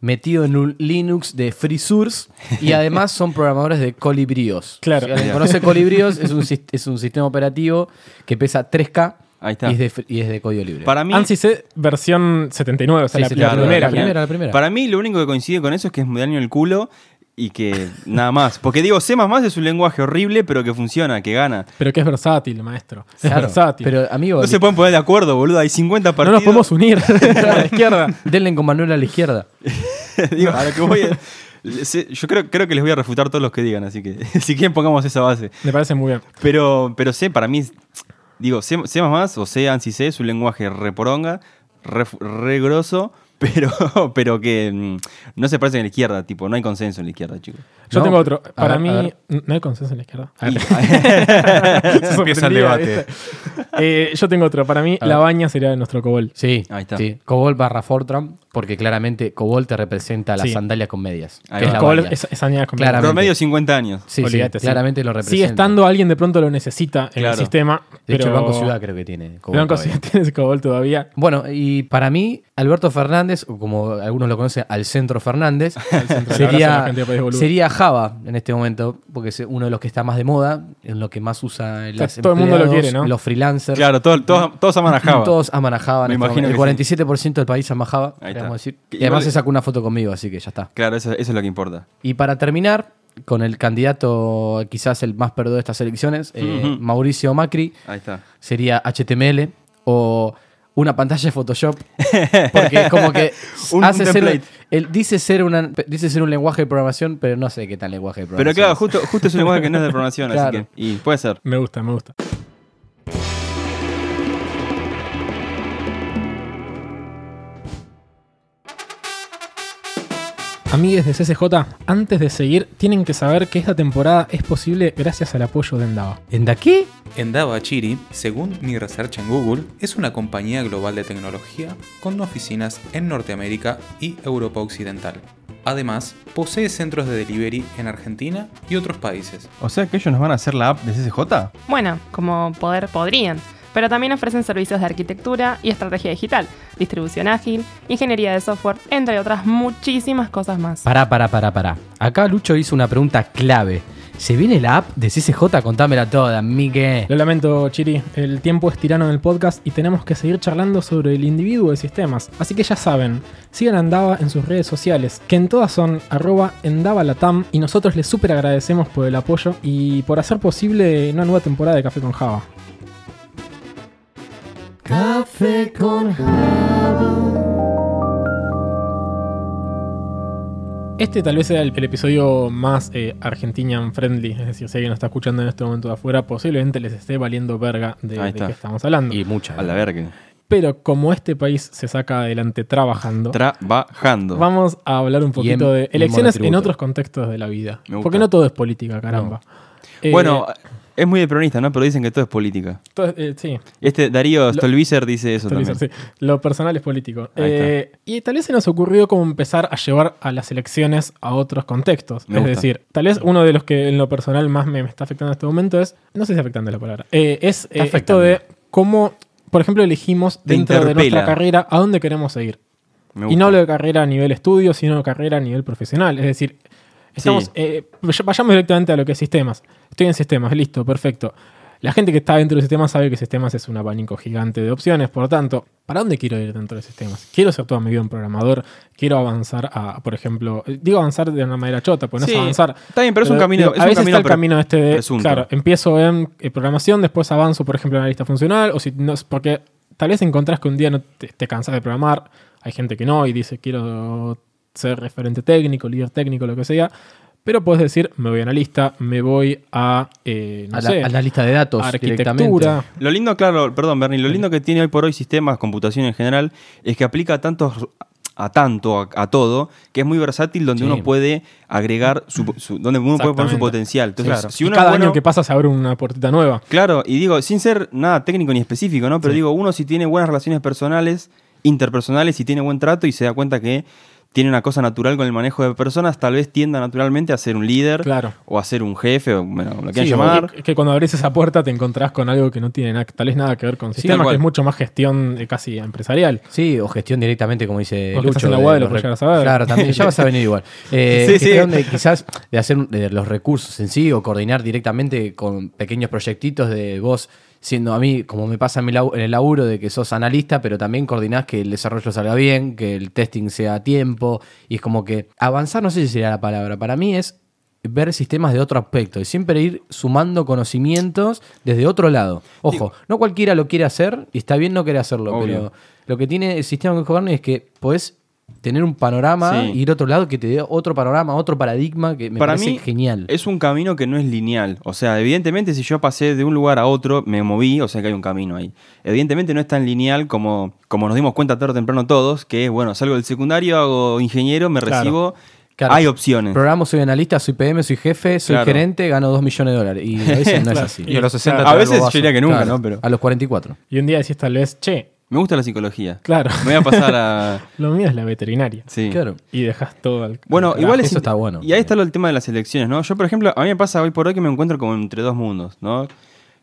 metido en un Linux de Free Source y además son programadores de colibríos.
Claro.
Si alguien conoce colibríos, es un, sis- es un sistema operativo que pesa 3K
Ahí está.
Y, es de, fr- y es de código libre.
Para mí,
ANSI C versión 79, o sea,
Sí,
la,
sí,
la
claro,
primera.
la primera, la primera.
Para mí lo único que coincide con eso es que es muy daño el culo y que nada más. Porque digo, C++ es un lenguaje horrible, pero que funciona, que gana.
Pero que es versátil, maestro. Es
Claro.
versátil.
Pero amigo,
No se pueden poner de acuerdo, boludo. Hay 50
no
partidos.
nos podemos unir a la izquierda.
denle con Manuel a la izquierda.
Digo, a lo que voy es- se- Yo creo, creo que les voy a refutar todos los que digan, así que si quieren pongamos esa base.
Me parece muy bien.
Pero, pero C, para mí, digo, C, C++ o C, ANSI C es un lenguaje reporonga, re, re grosso, pero, pero que mm, no se parece en la izquierda, tipo, no hay consenso en la izquierda, chicos.
Yo
No,
tengo otro.
a
Para
ver, a
mí,
ver.
no hay consenso en la izquierda. Se
Empieza el
sorprendía,
debate.
¿viste? Eh, yo tengo otro. Para mí,
A
la
ver.
baña sería de nuestro cobol.
Sí,
Ahí está.
sí. Cobol barra Fortran, porque claramente Cobol te representa las
Sí.
sandalias con medias.
Ahí
que
va.
es la
Cobol
varia.
es, es añada con
Claramente.
Promedio 50 años.
Sí, sí,
Olvídate, sí.
claramente lo representa.
Sigue estando alguien de pronto lo necesita en el
Claro.
sistema.
De hecho, el
pero-
Banco Ciudad creo que tiene.
El
Cobol
Banco
todavía.
Ciudad tiene Cobol todavía.
Bueno, y para mí, Alberto Fernández, o como algunos lo conocen, al centro Fernández,
centro. Un abrazo a la
sería,
gente de País Boludo.
sería Java en este momento, porque es uno de los que está más de moda, en lo que más usa
sea,
las
todo el mundo lo
empleados,
quiere, ¿no?
Los freelancers.
Claro, todo- todos, todos aman a Java.
Todos aman a Java. en
Me
este
imagino
momento.
que
El 47% del país ama Java,
Ahí está.
queremos decir.
Que
Y además
igual-
se sacó una foto conmigo, así que ya está.
Claro, eso, eso es lo que importa.
Y para terminar, con el candidato quizás el más perdido de estas elecciones, eh,
Ujú.
Mauricio Macri,
Ahí está.
sería HTML o una pantalla de Photoshop. Porque es como que
Un- un
hace ser-
template.
él dice, ser una, dice ser un lenguaje de programación, pero no sé qué tal lenguaje de
Pero
programación.
claro,
es.
justo, justo es un lenguaje que no es de programación, así
Claro.
que. Y puede ser.
Me gusta, me gusta. Amigues de CCJ, antes de seguir, tienen que saber que esta temporada es posible gracias al apoyo de Endava.
¿En da qué?
Endava Chiri, según mi research en Google, es una compañía global de tecnología con oficinas en Norteamérica y Europa Occidental. Además, posee centros de delivery en Argentina y otros países.
O sea que ellos nos van a hacer la app de CCJ.
Bueno, como poder podrían, pero también ofrecen servicios de arquitectura y estrategia digital, distribución ágil, ingeniería de software, entre otras muchísimas cosas más.
Pará, pará, pará, pará. Acá Lucho hizo una pregunta clave. ¿Se viene la app de CCJ? Contámela toda, Migue.
Lo lamento, Chiri, el tiempo es tirano en el podcast y tenemos que seguir charlando sobre el individuo de sistemas. Así que ya saben, sigan a Endava en sus redes sociales, que en todas son arroba endavalatam y nosotros les súper agradecemos por el apoyo y por hacer posible una nueva temporada de Café con Java.
Café con Java.
Este tal vez sea el, el episodio más eh, Argentinian friendly, es decir, si alguien nos está escuchando en este momento de afuera, posiblemente les esté valiendo verga de,
Ahí
de
está.
qué estamos hablando.
Y muchas.
A la verga.
Pero como este país se saca adelante trabajando,
Trabajando.
vamos a hablar un poquito
en
de elecciones en
monotributo.
otros contextos de la vida.
Me gusta.
Porque no todo es política, caramba. Eh,
Bueno, es muy de peronista, ¿no? Pero dicen que todo es política.
to- eh, sí,
Este Darío Stolbizer dice eso también.
Actualizar, sí. Lo personal es político.
Ahí está.
Eh, y tal vez se nos ocurrió como empezar a llevar a las elecciones a otros contextos.
Me
es
gusta.
decir, tal vez uno de los que en lo personal más me, me está afectando en este momento es, no sé si afectando es la palabra, eh, es eh, esto
afectando.
de cómo, por ejemplo, elegimos
Te
dentro de nuestra
interpela.
carrera a dónde queremos seguir.
Me
Y
gusta.
no hablo de carrera a nivel estudio, sino de carrera a nivel profesional. Es decir, estamos,
Sí.
eh, vaya- vayamos directamente a lo que es sistemas. Estoy en sistemas, listo, perfecto. La gente que está dentro de sistemas sabe que sistemas es un abanico gigante de opciones. Por lo tanto, ¿para dónde quiero ir dentro de sistemas? Quiero ser toda mi vida un programador. Quiero avanzar a, por ejemplo, eh, digo avanzar de una manera chota, pues no
Sí,
es avanzar.
Está bien, pero es un camino.
digo,
es
a
un
veces
camino
está el
pre-
camino este de.
presunto.
Claro, empiezo en eh, programación, después avanzo, por ejemplo, en analista funcional, o si no es porque tal vez encontrás que un día no te, te cansás de programar, hay gente que no y dice quiero ser referente técnico, líder técnico, lo que sea, pero puedes decir me voy a analista, me voy a, eh, no
a,
sé,
la, a la lista de datos.
arquitectura.
directamente.
Lo lindo, claro, perdón, Bernie, lo lindo que tiene hoy por hoy sistemas, computación en general, es que aplica a tantos a tanto, a, a todo, que es muy versátil donde
Sí.
uno puede agregar su, su- donde uno puede poner su
Exactamente.
potencial. Entonces,
Claro.
si
Y
uno es
cada
bueno-
año que pasa se abre una puertita nueva.
Claro, y digo, sin ser nada técnico ni específico, ¿no? Pero digo, uno si tiene buenas relaciones personales, interpersonales, si tiene buen trato y se da cuenta que tiene una cosa natural con el manejo de personas, tal vez tienda naturalmente a ser un líder
Claro.
o a ser un jefe, o bueno, lo quieran
Sí,
llamar.
o que- que cuando abrís esa puerta te encontrás con algo que no tiene nada, tal vez nada que ver con
tal
sistemas,
cual.
que es mucho más gestión eh, casi empresarial.
Sí, o gestión directamente, como dice
Vos que
Lucho.
estás en la UAD lo
los
podés
rec-
llegar a saber.
Claro, también. Ya vas a venir igual. Eh,
Sí, sí.
gestión de, quizás de hacer un- de los recursos en sí o coordinar directamente con pequeños proyectitos de vos siendo a mí, como me pasa en, mi labu- en el laburo, de que sos analista, pero también coordinás que el desarrollo salga bien, que el testing sea a tiempo. Y es como que avanzar, no sé si sería la palabra. Para mí es ver sistemas de otro aspecto y siempre ir sumando conocimientos desde otro lado. Ojo, no cualquiera lo quiere hacer y está bien no querer hacerlo,
Obvio.
pero lo que tiene el sistema que Bernie es que podés tener un panorama
Sí.
y ir a otro lado que te dé otro panorama, otro paradigma que me
Para
parece
mí
genial.
es un camino que no es lineal. O sea, evidentemente si yo pasé de un lugar a otro, me moví, o sea que hay un camino ahí. Evidentemente no es tan lineal como, como nos dimos cuenta tarde o temprano todos, que es, bueno, salgo del secundario, hago ingeniero, me
Claro.
recibo.
Claro,
Hay opciones.
Programo, soy analista, soy PM, soy jefe, soy
Claro.
gerente, gano 2 millones de dólares. Y a veces no es así.
Y a los 60
A
te da el
veces yo
bobazo.
diría que nunca,
Claro,
¿no? Pero
A los 44.
Y un día decís tal vez, che,
me gusta la psicología.
claro,
Me voy a pasar a...
lo mío es la veterinaria.
Sí.
Claro.
Y dejas todo al.
Bueno,
al
igual es.
eso está bueno.
Y ahí está lo- el tema de las elecciones, ¿no? Yo, por ejemplo, a mí me pasa hoy por hoy que me encuentro como entre dos mundos, ¿no?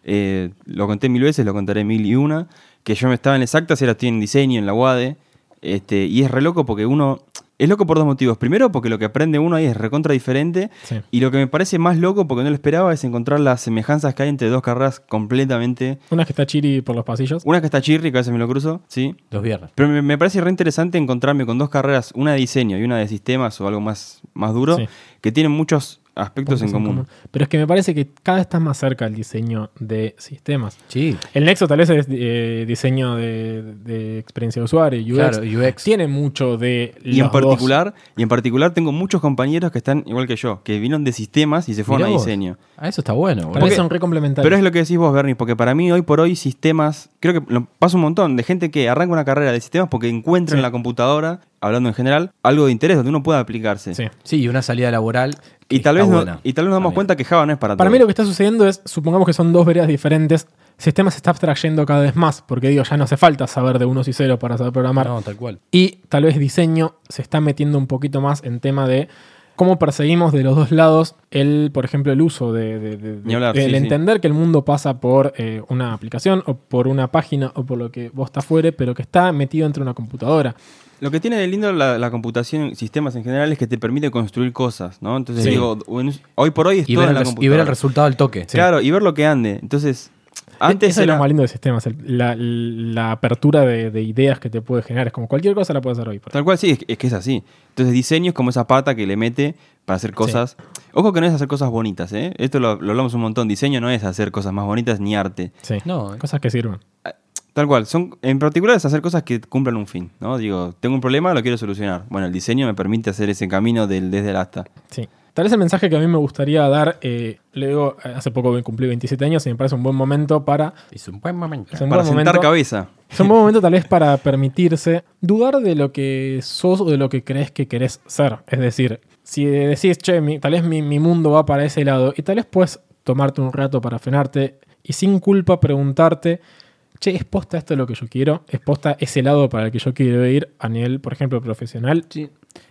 Eh, lo conté mil veces, lo contaré mil y una. Que yo me estaba en exactas, era estoy en diseño, en la UADE. Este, y es re loco porque uno. Es loco por dos motivos. Primero, porque lo que aprende uno ahí es recontra diferente.
Sí.
Y lo que me parece más loco, porque no lo esperaba, es encontrar las semejanzas que hay entre dos carreras completamente.
Una que está Chiri por los pasillos.
Una que está chirri, que a veces me lo cruzo, ¿sí?
Los viernes.
Pero me, me parece re interesante encontrarme con dos carreras, una de diseño y una de sistemas o algo más, más duro,
Sí.
que tienen muchos aspectos en
Puntos en
común.
común. Pero es que me parece que cada vez está más cerca el diseño de sistemas.
Sí.
El Nexo tal vez es eh, diseño de, de experiencia de usuario, UX.
Claro, UX.
Tiene mucho de.
Y en,
los dos.
particular, y en particular tengo muchos compañeros que están igual que yo, que vinieron de sistemas y se fueron
Mirá
a
vos.
diseño.
Ah, eso está bueno. boludo.
Para mí son re complementarios.
Pero es lo que decís vos, Bernie, porque para mí hoy por hoy sistemas, creo que lo- pasa un montón de gente que arranca una carrera de sistemas porque encuentra en la computadora hablando en general, algo de interés donde uno pueda aplicarse.
Sí.
Sí, y una salida laboral. que
Y tal,
está
vez no-
buena.
y tal vez nos damos
También.
cuenta que Java no es para,
Para mí lo
todos.
que está sucediendo es, supongamos que son dos veredas diferentes, el sistema se está abstrayendo cada vez más, porque digo, ya no hace falta saber de unos y ceros para saber programar.
No, tal cual.
Y tal vez diseño se está metiendo un poquito más en tema de cómo perseguimos de los dos lados el, por ejemplo, el uso de, de- de-
Ni hablar,
de- el
sí, sí.
entender que el mundo pasa por eh, una aplicación o por una página o por lo que vos estás fuere, pero que está metido entre una computadora.
Lo que tiene de lindo la, la computación, sistemas en general, es que te permite construir cosas, ¿no? Entonces
Sí.
digo, un- hoy por hoy es
Y
todo
ver,
en
el res-
la
y ver el
computadora.
resultado al toque.
Claro, y ver lo que ande. Entonces, antes
Eso es
era,
lo más lindo de sistemas, el- la, la apertura de, de ideas que te puede generar. Es como cualquier cosa la puedes hacer hoy. por
Tal cual, sí, es, es que es así. Entonces, diseño es como esa pata que le mete para hacer cosas. Ojo que no es hacer cosas bonitas, ¿eh? Esto lo, lo hablamos un montón. Diseño no es hacer cosas más bonitas ni arte.
Sí.
No, eh.
Cosas que sirven.
Tal cual, son, en particular es hacer cosas que cumplan un fin, ¿no? Digo, tengo un problema, lo quiero solucionar. Bueno, el diseño me permite hacer ese camino del desde el hasta.
Sí. Tal vez el mensaje que a mí me gustaría dar, eh, le digo, eh, hace poco cumplí 27 años y me parece un buen momento para...
Es un buen momento.
es un
para
buen
sentar
momento-
cabeza.
Es un buen momento tal vez para permitirse dudar de lo que sos o de lo que crees que querés ser. Es decir, si decís, che, mi- tal vez mi, mi mundo va para ese lado y tal vez puedes tomarte un rato para frenarte y sin culpa preguntarte, che, ¿es posta esto lo que yo quiero? ¿Es posta ese lado para el que yo quiero ir a nivel, por ejemplo, profesional?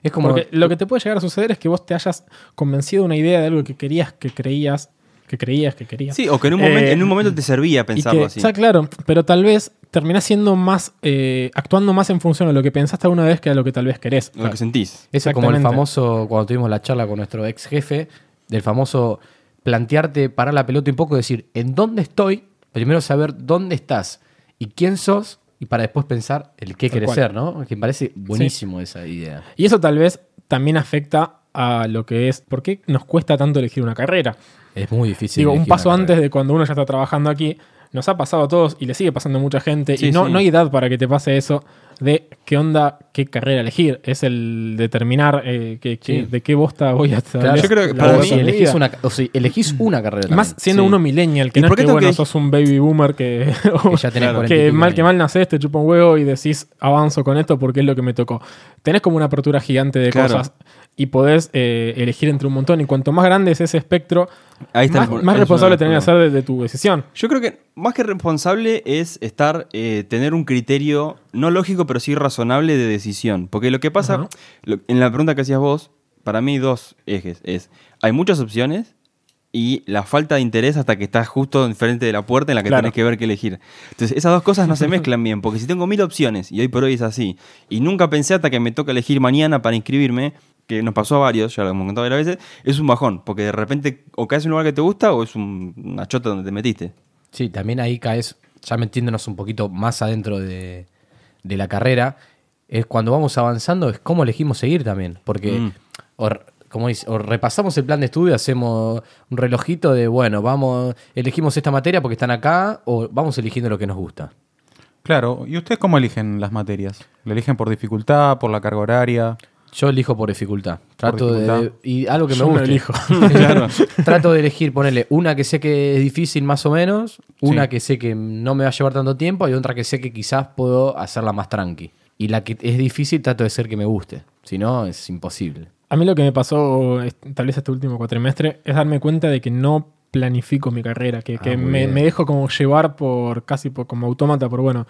Es como.
Porque lo que te puede llegar a suceder es que vos te hayas convencido de una idea de algo que querías, que creías, que creías, que querías.
Sí, o que en un, momento,
Eh,
en un momento te servía
Y
pensarlo
que-
así.
Está claro, pero tal vez terminás siendo más, eh, actuando más en función a lo que pensaste alguna vez que a lo que tal vez querés.
Lo que sentís.
Eso es como el
Exactamente.
famoso, cuando tuvimos la charla con nuestro ex jefe, del famoso plantearte, parar la pelota un poco, decir, ¿en dónde estoy? Primero saber dónde estás y quién sos, y para después pensar el qué
Tal
querés
cual.
ser, ¿no? Que me parece buenísimo esa idea.
Y eso tal vez también afecta a lo que es, ¿por qué nos cuesta tanto elegir una carrera?
Es muy difícil.
Digo, un
elegir una
paso
carrera.
antes de cuando uno ya está trabajando aquí, nos ha pasado a todos y le sigue pasando a mucha gente,
Sí,
y no,
sí.
no hay edad para que te pase eso de qué onda, qué carrera elegir, es el determinar eh, que- que-
Sí.
de qué bosta voy a estar.
Claro.
Yo creo que
O
para mí-
si elegís una, o si elegís una carrera.
Y más
también.
siendo
Sí.
uno millennial, que
¿Y
no es
por qué
que,
tengo
bueno,
que-
sos un baby boomer que,
que ya tenés
Claro.
40 y
que
pico
mal
años.
que mal nacés, te chupa un huevo y decís avanzo con esto porque es lo que me tocó. Tenés como una apertura gigante de
Claro.
cosas y podés eh, elegir entre un montón. Y cuanto más grande es ese espectro,
Ahí está
más,
el-
más
es
responsable
uno de
tenés que
los
ser de, de tu decisión.
Yo creo que más que responsable es estar, eh, tener un criterio no lógico, pero sí razonable de decisión. Porque lo que pasa,
Ajá.
lo- en la pregunta que hacías vos, para mí hay dos ejes. Es, hay muchas opciones y la falta de interés hasta que estás justo enfrente de la puerta en la que
Claro.
tenés que ver qué elegir. Entonces, esas dos cosas no se mezclan bien, porque si tengo mil opciones, y hoy por hoy es así, y nunca pensé hasta que me toca elegir mañana para inscribirme, que nos pasó a varios, ya lo hemos contado varias veces, es un bajón, porque de repente o caes en un lugar que te gusta o es un- una chota donde te metiste.
Sí, también ahí caes, ya metiéndonos un poquito más adentro de, de la carrera, es cuando vamos avanzando, es cómo elegimos seguir también. Porque,
Mm.
o, re- como dice, o repasamos el plan de estudio, hacemos un relojito de, bueno, vamos, elegimos esta materia porque están acá, o vamos eligiendo lo que nos gusta.
Claro, ¿y ustedes cómo eligen las materias? ¿Lo eligen por dificultad, por la carga horaria?
Yo elijo por dificultad. Trato de.
dificultad.
Y algo que
Yo
me
no
gusta.
elijo.
Trato de elegir, ponerle una que sé que es difícil más o menos, una que sé que no me va a llevar tanto tiempo y otra que sé que quizás puedo hacerla más tranqui. Y la que es difícil trato de ser que me guste. Si no, es imposible.
A mí lo que me pasó, es- tal vez este último cuatrimestre, es darme cuenta de que no planifico mi carrera,
Ah,
que, que
muy
me,
bien.
me dejo como llevar por casi por, como autómata, por bueno,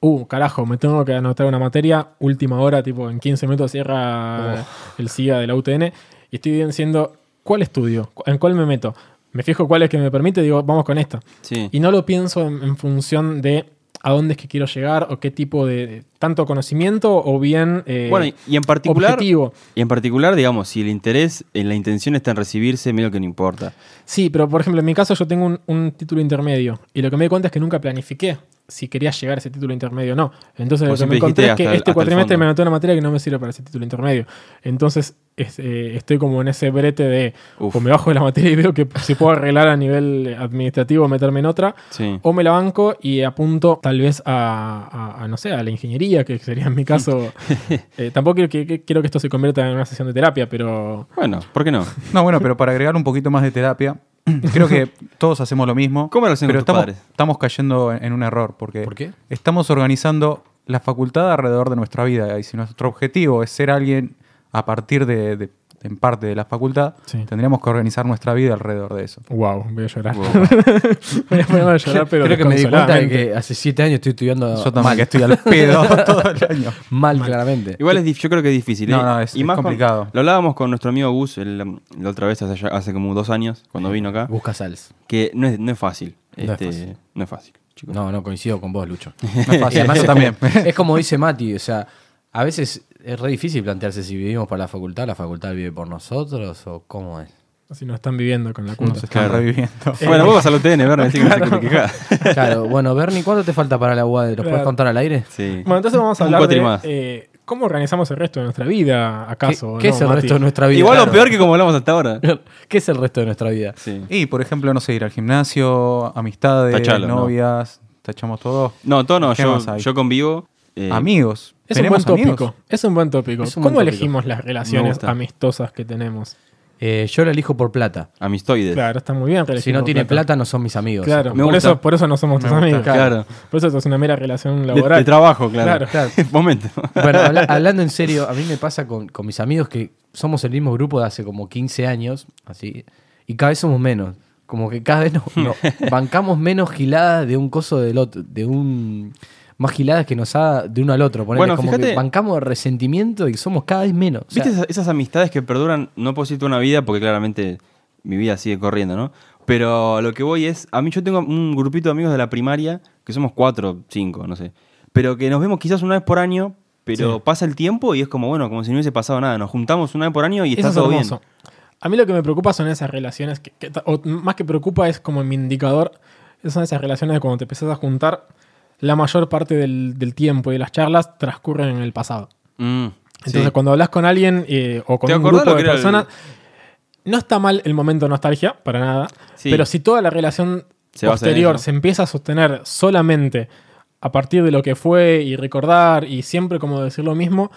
uh, carajo, me tengo que anotar una materia, última hora, tipo en 15 minutos cierra
Oh.
el SIGA de la UTN, y estoy diciendo, ¿cuál estudio? ¿Cu- ¿En cuál me meto? Me fijo cuál es que me permite, digo, vamos con esta.
Sí.
Y no lo pienso en, en función de a dónde es que quiero llegar o qué tipo de, tanto conocimiento o bien... eh,
bueno, y- y en particular,
objetivo.
y en particular, digamos, si el interés, en la intención está en recibirse, medio que no importa.
Sí, pero por ejemplo, en mi caso yo tengo un, un título intermedio y lo que me di cuenta es que nunca planifiqué si quería llegar a ese título intermedio o no. Entonces lo
Vos
que me
siempre
encontré
dijiste
es que
hasta el- hasta
este
el
cuatrimestre
fondo.
me anoté una materia que no me sirve para ese título intermedio. Entonces es- eh, estoy como en ese brete de
Uf.
o me bajo de la materia y veo que se puedo arreglar a nivel administrativo meterme en otra.
Sí.
O me la banco y apunto tal vez a, a- a, no sé, a la ingeniería, que sería en mi caso. Eh, tampoco quiero que, que- quiero que esto se convierta en una sesión de terapia, pero
Bueno, ¿por qué no?
No, bueno, pero para agregar un poquito más de terapia, creo que todos hacemos lo mismo.
¿Cómo lo hacen
pero
tus
estamos,
padres?
estamos cayendo en en un error porque
¿Por qué?
estamos organizando la facultad alrededor de nuestra vida. Y si nuestro objetivo es ser alguien a partir de, de- en parte de la facultad,
Sí.
tendríamos que organizar nuestra vida alrededor de eso.
Wow, voy a llorar. voy a ponerme a
Ah,
llorar, pero
Creo que me di cuenta de
desconsoladamente.
que hace siete años estoy estudiando
Yo también
mal,
que estoy al pedo todo el año.
mal, claramente.
Igual es, dif- yo creo que es difícil.
No,
¿eh?
no, es- es
con-
complicado.
lo hablábamos con nuestro amigo Gus el, um, la otra vez, hace, ya- hace como dos años, cuando vino acá,
Busca sals.
que no es, no es fácil.
No es
Este,
fácil.
no es fácil, chicos.
No, no coincido con vos, Lucho.
No es fácil,
Y además
yo
es
también.
como- es como dice Mati, o sea, a veces es re difícil plantearse si vivimos para la facultad, la facultad vive por nosotros o cómo es.
Si no están viviendo con la cuota.
Nos están
Claro.
reviviendo.
Bueno, vos vas al OTN, Verne, así que no sé qué te quejás.
Claro, bueno, Bernie, ¿cuánto te falta para la UAD? ¿Lo puedes
Claro.
contar al aire?
Sí.
Bueno, entonces vamos a
Un
hablar
cuatri
de
más.
eh, cómo organizamos el resto de nuestra vida, acaso.
¿Qué, qué
¿no,
es el
Mati?
resto de nuestra vida?
Igual lo
Claro.
peor que como hablamos hasta ahora.
¿Qué es el resto de nuestra vida?
Sí.
Y, por ejemplo, no sé, ir al gimnasio, amistades,
Tachalo, ¿no?
novias, tachamos todo.
No, todo no,
¿Qué
yo,
más hay?
yo convivo. eh,
amigos.
Es un, buen
¿Tenemos amigos?
tópico, es un buen tópico.
Es un
¿Cómo
buen tópico.
elegimos las relaciones
gusta.
amistosas que tenemos?
Eh, yo la elijo por plata.
Amistoides.
Claro, está muy bien.
Si
elegir
no
por
tiene plata, no son mis amigos.
Claro,
Me
por
gusta.
eso, por eso no somos tus amigos.
Claro.
Por eso esto es una mera relación
De,
laboral.
de trabajo, claro.
Claro.
Momento.
Bueno, habla- hablando en serio, a mí me pasa con, con mis amigos que somos el mismo grupo de hace como 15 años, así, y cada vez somos menos. Como que cada vez nos, no, bancamos menos giladas de un coso del otro, de un. Más giladas que nos da de uno al otro. Ponele,
Bueno,
como
fíjate-
que bancamos resentimiento y somos cada vez menos. O sea,
¿Viste esas, esas amistades que perduran? No puedo decir toda una vida porque claramente mi vida sigue corriendo, ¿no? Pero lo que voy es, a mí yo tengo un grupito de amigos de la primaria, que somos cuatro, cinco, no sé, pero que nos vemos quizás una vez por año, pero pasa el tiempo y es como, bueno, como si no hubiese pasado nada, nos juntamos una vez por año y
Eso
está
es
todo bien.
hermoso. A mí lo que me preocupa son esas relaciones, que, que ta- o más que preocupa es como mi indicador, son esas relaciones de cuando te empezás a juntar, la mayor parte del, del tiempo y de las charlas transcurren en el pasado.
Mm,
Entonces
sí.
cuando hablas con alguien eh, o con
¿Te
un
acordás
grupo
lo
de
que era el-
personas, no está mal el momento de nostalgia, para nada,
Sí.
pero si toda la relación
Se basa en
posterior
eso.
se empieza a sostener solamente a partir de lo que fue y recordar y siempre como decir lo mismo,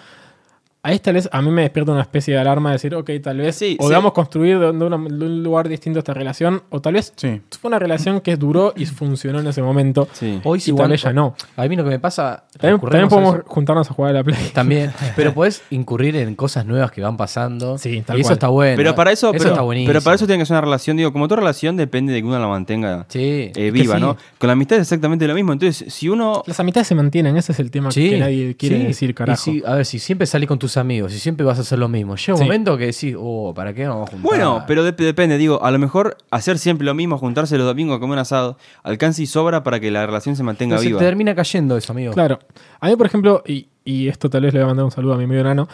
ahí tal vez a mí me despierta una especie de alarma de decir, ok, tal vez
Sí, sí.
podamos construir de, de una- de un lugar distinto esta relación, o tal vez
Sí.
fue una relación que duró y funcionó en ese momento.
Sí.
hoy si
Igual
tan-
ella no.
A mí lo que me pasa.
También,
recurremos
también
a
podemos
eso.
juntarnos a jugar a la Play.
También, pero podés incurrir en cosas nuevas que van pasando.
Sí, tal
y eso
cual.
está bueno.
Pero para eso, pero,
está buenísimo.
pero para eso tiene que ser una relación, digo, como toda relación depende de que uno la mantenga
Sí,
eh,
es que
viva,
sí.
¿no? Con la amistad es exactamente lo mismo, entonces si uno...
Las amistades se mantienen, ese es el tema
Sí,
que nadie quiere
sí. Y
decir, carajo.
si- a ver, si siempre salís con tus amigos y siempre vas a hacer lo mismo, llega un
Sí.
momento que decís, oh, ¿para qué nos vamos a juntar?
Bueno, pero dep- depende, digo, a lo mejor hacer siempre lo mismo, juntarse los domingos a comer un asado, alcanza y sobra para que la relación se mantenga
Pero se
viva.
te termina cayendo eso, amigo.
Claro. A mí, por ejemplo, y, y esto tal vez le voy a mandar un saludo a mi amigo enano,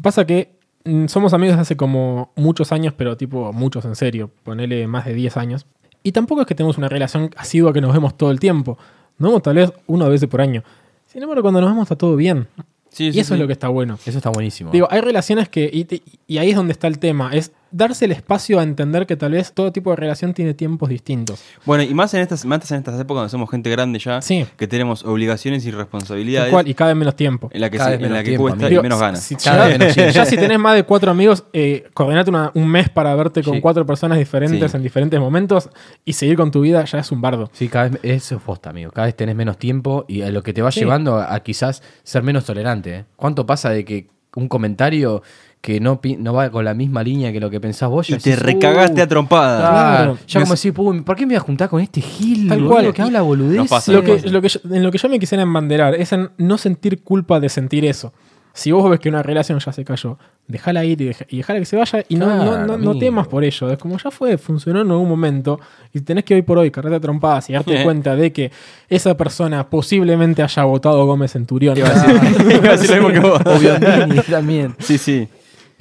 pasa que mm, somos amigos hace como muchos años, pero tipo muchos en serio, ponele más de 10 años. Y tampoco es que tenemos una relación asidua que nos vemos todo el tiempo. Nos vemos tal vez una vez por año. Sin embargo, cuando nos vemos está todo bien.
Sí,
y
sí,
eso es
sí.
lo que está bueno.
Eso está buenísimo.
Digo, hay relaciones que. Y, te- y ahí es donde está el tema. Es darse el espacio a entender que tal vez todo tipo de relación tiene tiempos distintos.
Bueno, y más en estas, más en estas épocas donde somos gente grande ya,
Sí.
que tenemos obligaciones y
Tal
responsabilidades
cual, y cada vez menos tiempo.
en la que,
Cada
se-
vez
en la
menos
que
tiempo,
cuesta
amigo.
y menos ganas.
Si-
Cada
ya,
vez menos, sí.
ya si tenés más de cuatro amigos, eh, coordinate una- un mes para verte con
Sí.
cuatro personas diferentes
Sí.
en diferentes momentos y seguir con tu vida ya es un bardo.
Sí, cada vez, eso es posta, amigo. Cada vez tenés menos tiempo y a lo que te va
Sí.
llevando a, a quizás ser menos tolerante. ¿eh? ¿Cuánto pasa de que un comentario que no, pi- no va con la misma línea que lo que pensás vos
Y
ya
te
decís,
recagaste
"Uh,
a trompadas.
Claro.
Claro.
Ya
Me
como
hace-
decís, "Uy, ¿por qué me voy a juntar con este Gil?
Tal
boludo,
cual.
Que habla boludez.
No pasa, Sí.
Lo que, lo que yo- en lo que yo me quisiera embanderar es en no sentir culpa de sentir eso. Si vos ves que una relación ya se cayó, déjala ir y, deja- y dejala que se vaya y no- no-
Claro,
no, no,
amigo.
temas por ello. Es como ya fue, funcionó en algún momento y tenés que hoy por hoy cargarte a trompadas y darte
Eh.
cuenta de que esa persona posiblemente haya votado a Gómez Centurión.
Iba a decir lo mismo que vos.
O Biondini también.
Sí, sí.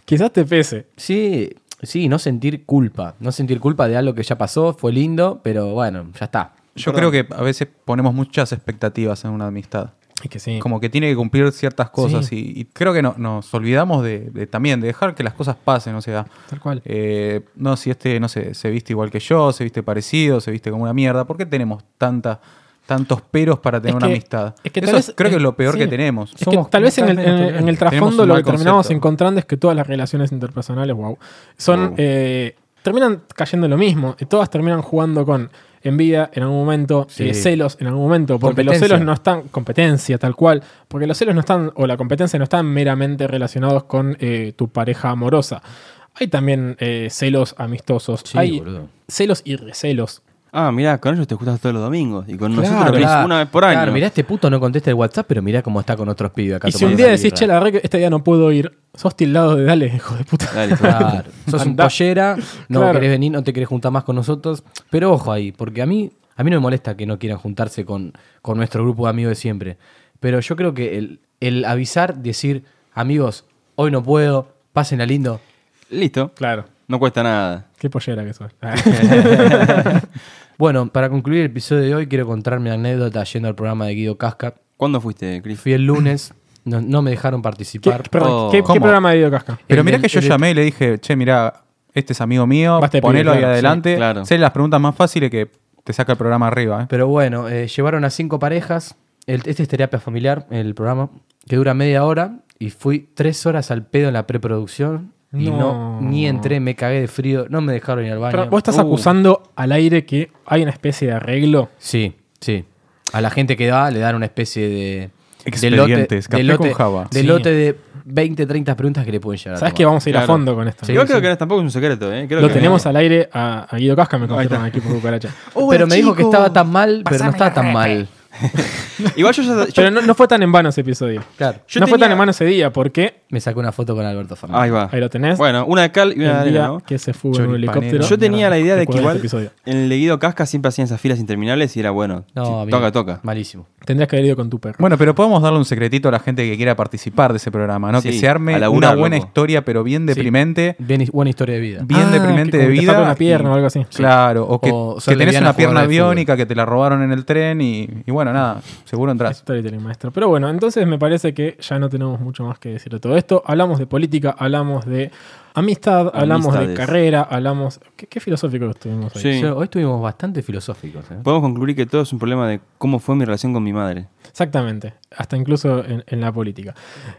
Quizás te pese.
Sí, sí, no sentir culpa. No sentir culpa de algo que ya pasó, fue lindo, pero bueno, ya está.
Yo
Perdón.
creo que a veces ponemos muchas expectativas en una amistad.
Es que sí.
Como que tiene que cumplir ciertas cosas y, y creo que no- nos olvidamos de, de también de dejar que las cosas pasen, o sea,
Tal cual.
eh, no si este, no sé, se viste igual que yo, se viste parecido, se viste como una mierda, ¿por qué tenemos tanta, tantos peros para tener
Es
una
que-
amistad?
es que tal
Eso
vez-
creo que es lo peor
sí.
que tenemos.
Es que
Somos
tal vez en el,
completamente
en el- en el
diferentes. Tenemos
trasfondo
un
lo
mal
que terminamos
concepto.
encontrando es que todas las relaciones interpersonales, wow, son.
Wow.
eh, terminan cayendo en lo mismo. Y todas terminan jugando con envidia en algún momento,
Sí.
eh, celos en algún momento, porque los
Competencia.
celos no están, competencia tal cual, porque los celos no están, o la competencia no están meramente relacionados con eh, tu pareja amorosa. Hay también eh, celos amistosos,
Sí,
hay
boludo.
celos y recelos.
Ah, mirá, con ellos te juntas todos los domingos. Y con
Claro,
nosotros venís
mirá,
una vez por año.
Claro, mirá, este puto no contesta el WhatsApp, pero mirá cómo está con otros pibes acá.
Y si
tomando
un día
una
decís,
birra.
che, la verdad que este día no puedo ir, sos tildado de dale, hijo de puta.
Dale,
Claro. Sos un
Andá.
pollera, no
Claro.
querés venir, no te querés juntar más con nosotros. Pero ojo ahí, porque a mí, a mí no me molesta que no quieran juntarse con, con nuestro grupo de amigos de siempre. Pero yo creo que el, el avisar, decir, amigos, hoy no puedo, pásenla lindo.
Listo.
Claro,
No cuesta nada.
qué pollera que sos.
Bueno, para concluir el episodio de hoy, quiero contar mi anécdota yendo al programa de Guido Casca.
¿Cuándo fuiste, Cliff?
Fui el lunes, no, no me dejaron
¿Qué,
participar.
perdón,
Oh.
¿qué- qué
¿Cómo?
programa de Video Casca?
Pero
El
mirá
del-
que yo
el del-
llamé y le dije, che, mirá, este es amigo mío,
Basta de
ponelo
pibe,
ahí
claro,
adelante.
sí, claro.
Sé las preguntas más fáciles que te saca el programa arriba. ¿eh?
Pero bueno, eh, llevaron a cinco parejas. El- este es terapia familiar, el programa, que dura media hora. Y fui tres horas al pedo en la preproducción. Y
No.
no, ni entré, me cagué de frío, no me dejaron ir al baño.
Pero vos estás
Uh.
acusando al aire que hay una especie de arreglo.
Sí, sí. A la gente que va le dan una especie de. de
Expedientes,
de
café
lote,
con Java.
de
Sí.
lote de 20, 30 preguntas que le pueden llegar. a
Sabes que
tomar.
vamos a ir a
Claro.
fondo con esto.
Sí,
Igual
sí.
creo que no- tampoco es un secreto, ¿eh? Creo
Lo
que-
tenemos al aire a, a Guido Casca, me confirman
está. Oh,
aquí por cucaracha.
pero me dijo que estaba tan mal, pero no estaba tan mal.
Igual yo ya. yo-
Pero no, no fue tan en vano ese episodio.
Claro.
yo
no fue
tenía-
tan en vano ese día porque
Me sacó una foto con Alberto Fernández.
Ahí va.
ahí lo tenés.
Mm. Bueno, una de cal y una de
el
arena,
día
¿no?
que se fue en un
Choripanero.
helicóptero.
Yo tenía la idea de que
Recuerdo
igual
este episodio.
en el Leguido Casca siempre hacían esas filas interminables y era bueno.
No,
sí,
amigo,
toca, toca.
Malísimo.
Tendrías que haber ido con tu perro.
Bueno, pero podemos darle un secretito a la gente que quiera participar de ese programa, ¿no?
Sí,
que se arme
a laburar,
una buena
loco.
historia, pero bien deprimente.
Bien, buena historia de vida.
Bien
Ah,
deprimente
que
de
como que te
vida.
falta una pierna
y-
o algo así.
Claro, o que,
O
que
sos
tenés
lesbiana
una pierna
jugadora de
biónica que te la robaron en el tren y, y bueno, nada, seguro entrás.
Storytelling, maestro. Pero bueno, entonces me parece que ya no tenemos mucho más que decir de todo esto. Hablamos de política, hablamos de amistad, hablamos de
Amistades.
carrera, hablamos. Qué, qué filosófico que estuvimos hoy.
Sí.
Sí, Hoy estuvimos bastante filosóficos. ¿eh?
Podemos concluir que todo es un problema de cómo fue mi relación con mi madre.
Exactamente, hasta incluso en, en la política.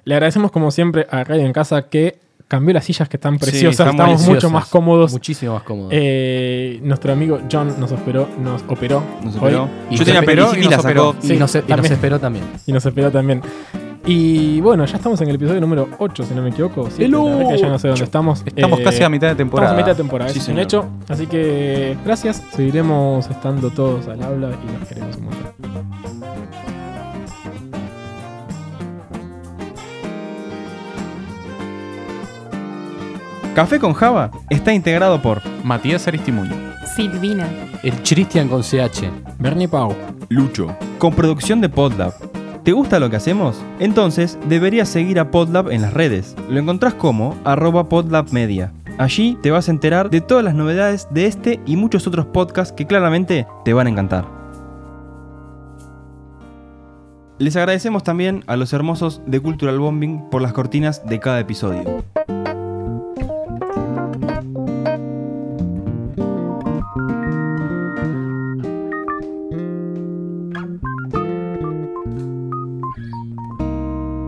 Le agradecemos como siempre a Radio en Casa que cambió las sillas que están
Sí,
preciosas,
están
estamos
Preciosas.
mucho más cómodos.
Muchísimo más cómodos.
Eh, nuestro amigo John nos operó, nos operó
Nos
hoy
operó.
Y
Yo
nos
tenía
operó
peró
y
y la
nos operó.
sacó.
y,
sí,
nos, y nos
también.
esperó también.
y nos operó también. Y bueno, ya estamos en el episodio número 8, si no me equivoco. siete,
El
la verdad que ya no sé dónde estamos.
Estamos
Eh,
casi a mitad de temporada.
Estamos a mitad de temporada,
Sí,
es un
señor.
hecho. Así que gracias, seguiremos estando todos al habla y los queremos un montón.
Café con Java está integrado por
Matías Aristimuño.
Silvina.
El Christian con CH.
Bernie Pau.
Lucho, con producción de Podlab. ¿Te gusta lo que hacemos? Entonces deberías seguir a Podlab en las redes. Lo encontrás como arroba podlabmedia. Allí te vas a enterar de todas las novedades de este y muchos otros podcasts que claramente te van a encantar. Les agradecemos también a los hermosos de Cultural Bombing por las cortinas de cada episodio.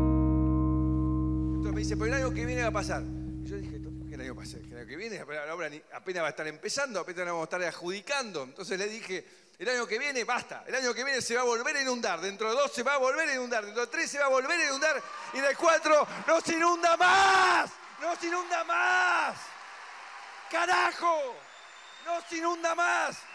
Entonces me dice, pero el año que viene va a pasar. Y yo dije, "Total, ¿qué el año pasé? Que el año que viene apenas la obra ni- apenas va a estar empezando, apenas la vamos a estar adjudicando. Entonces le dije, el año que viene basta, el año que viene se va a volver a inundar, dentro de dos se va a volver a inundar, dentro de tres se va a volver a inundar y de cuatro no se inunda más, no se inunda más. ¡Carajo! ¡No se inunda más!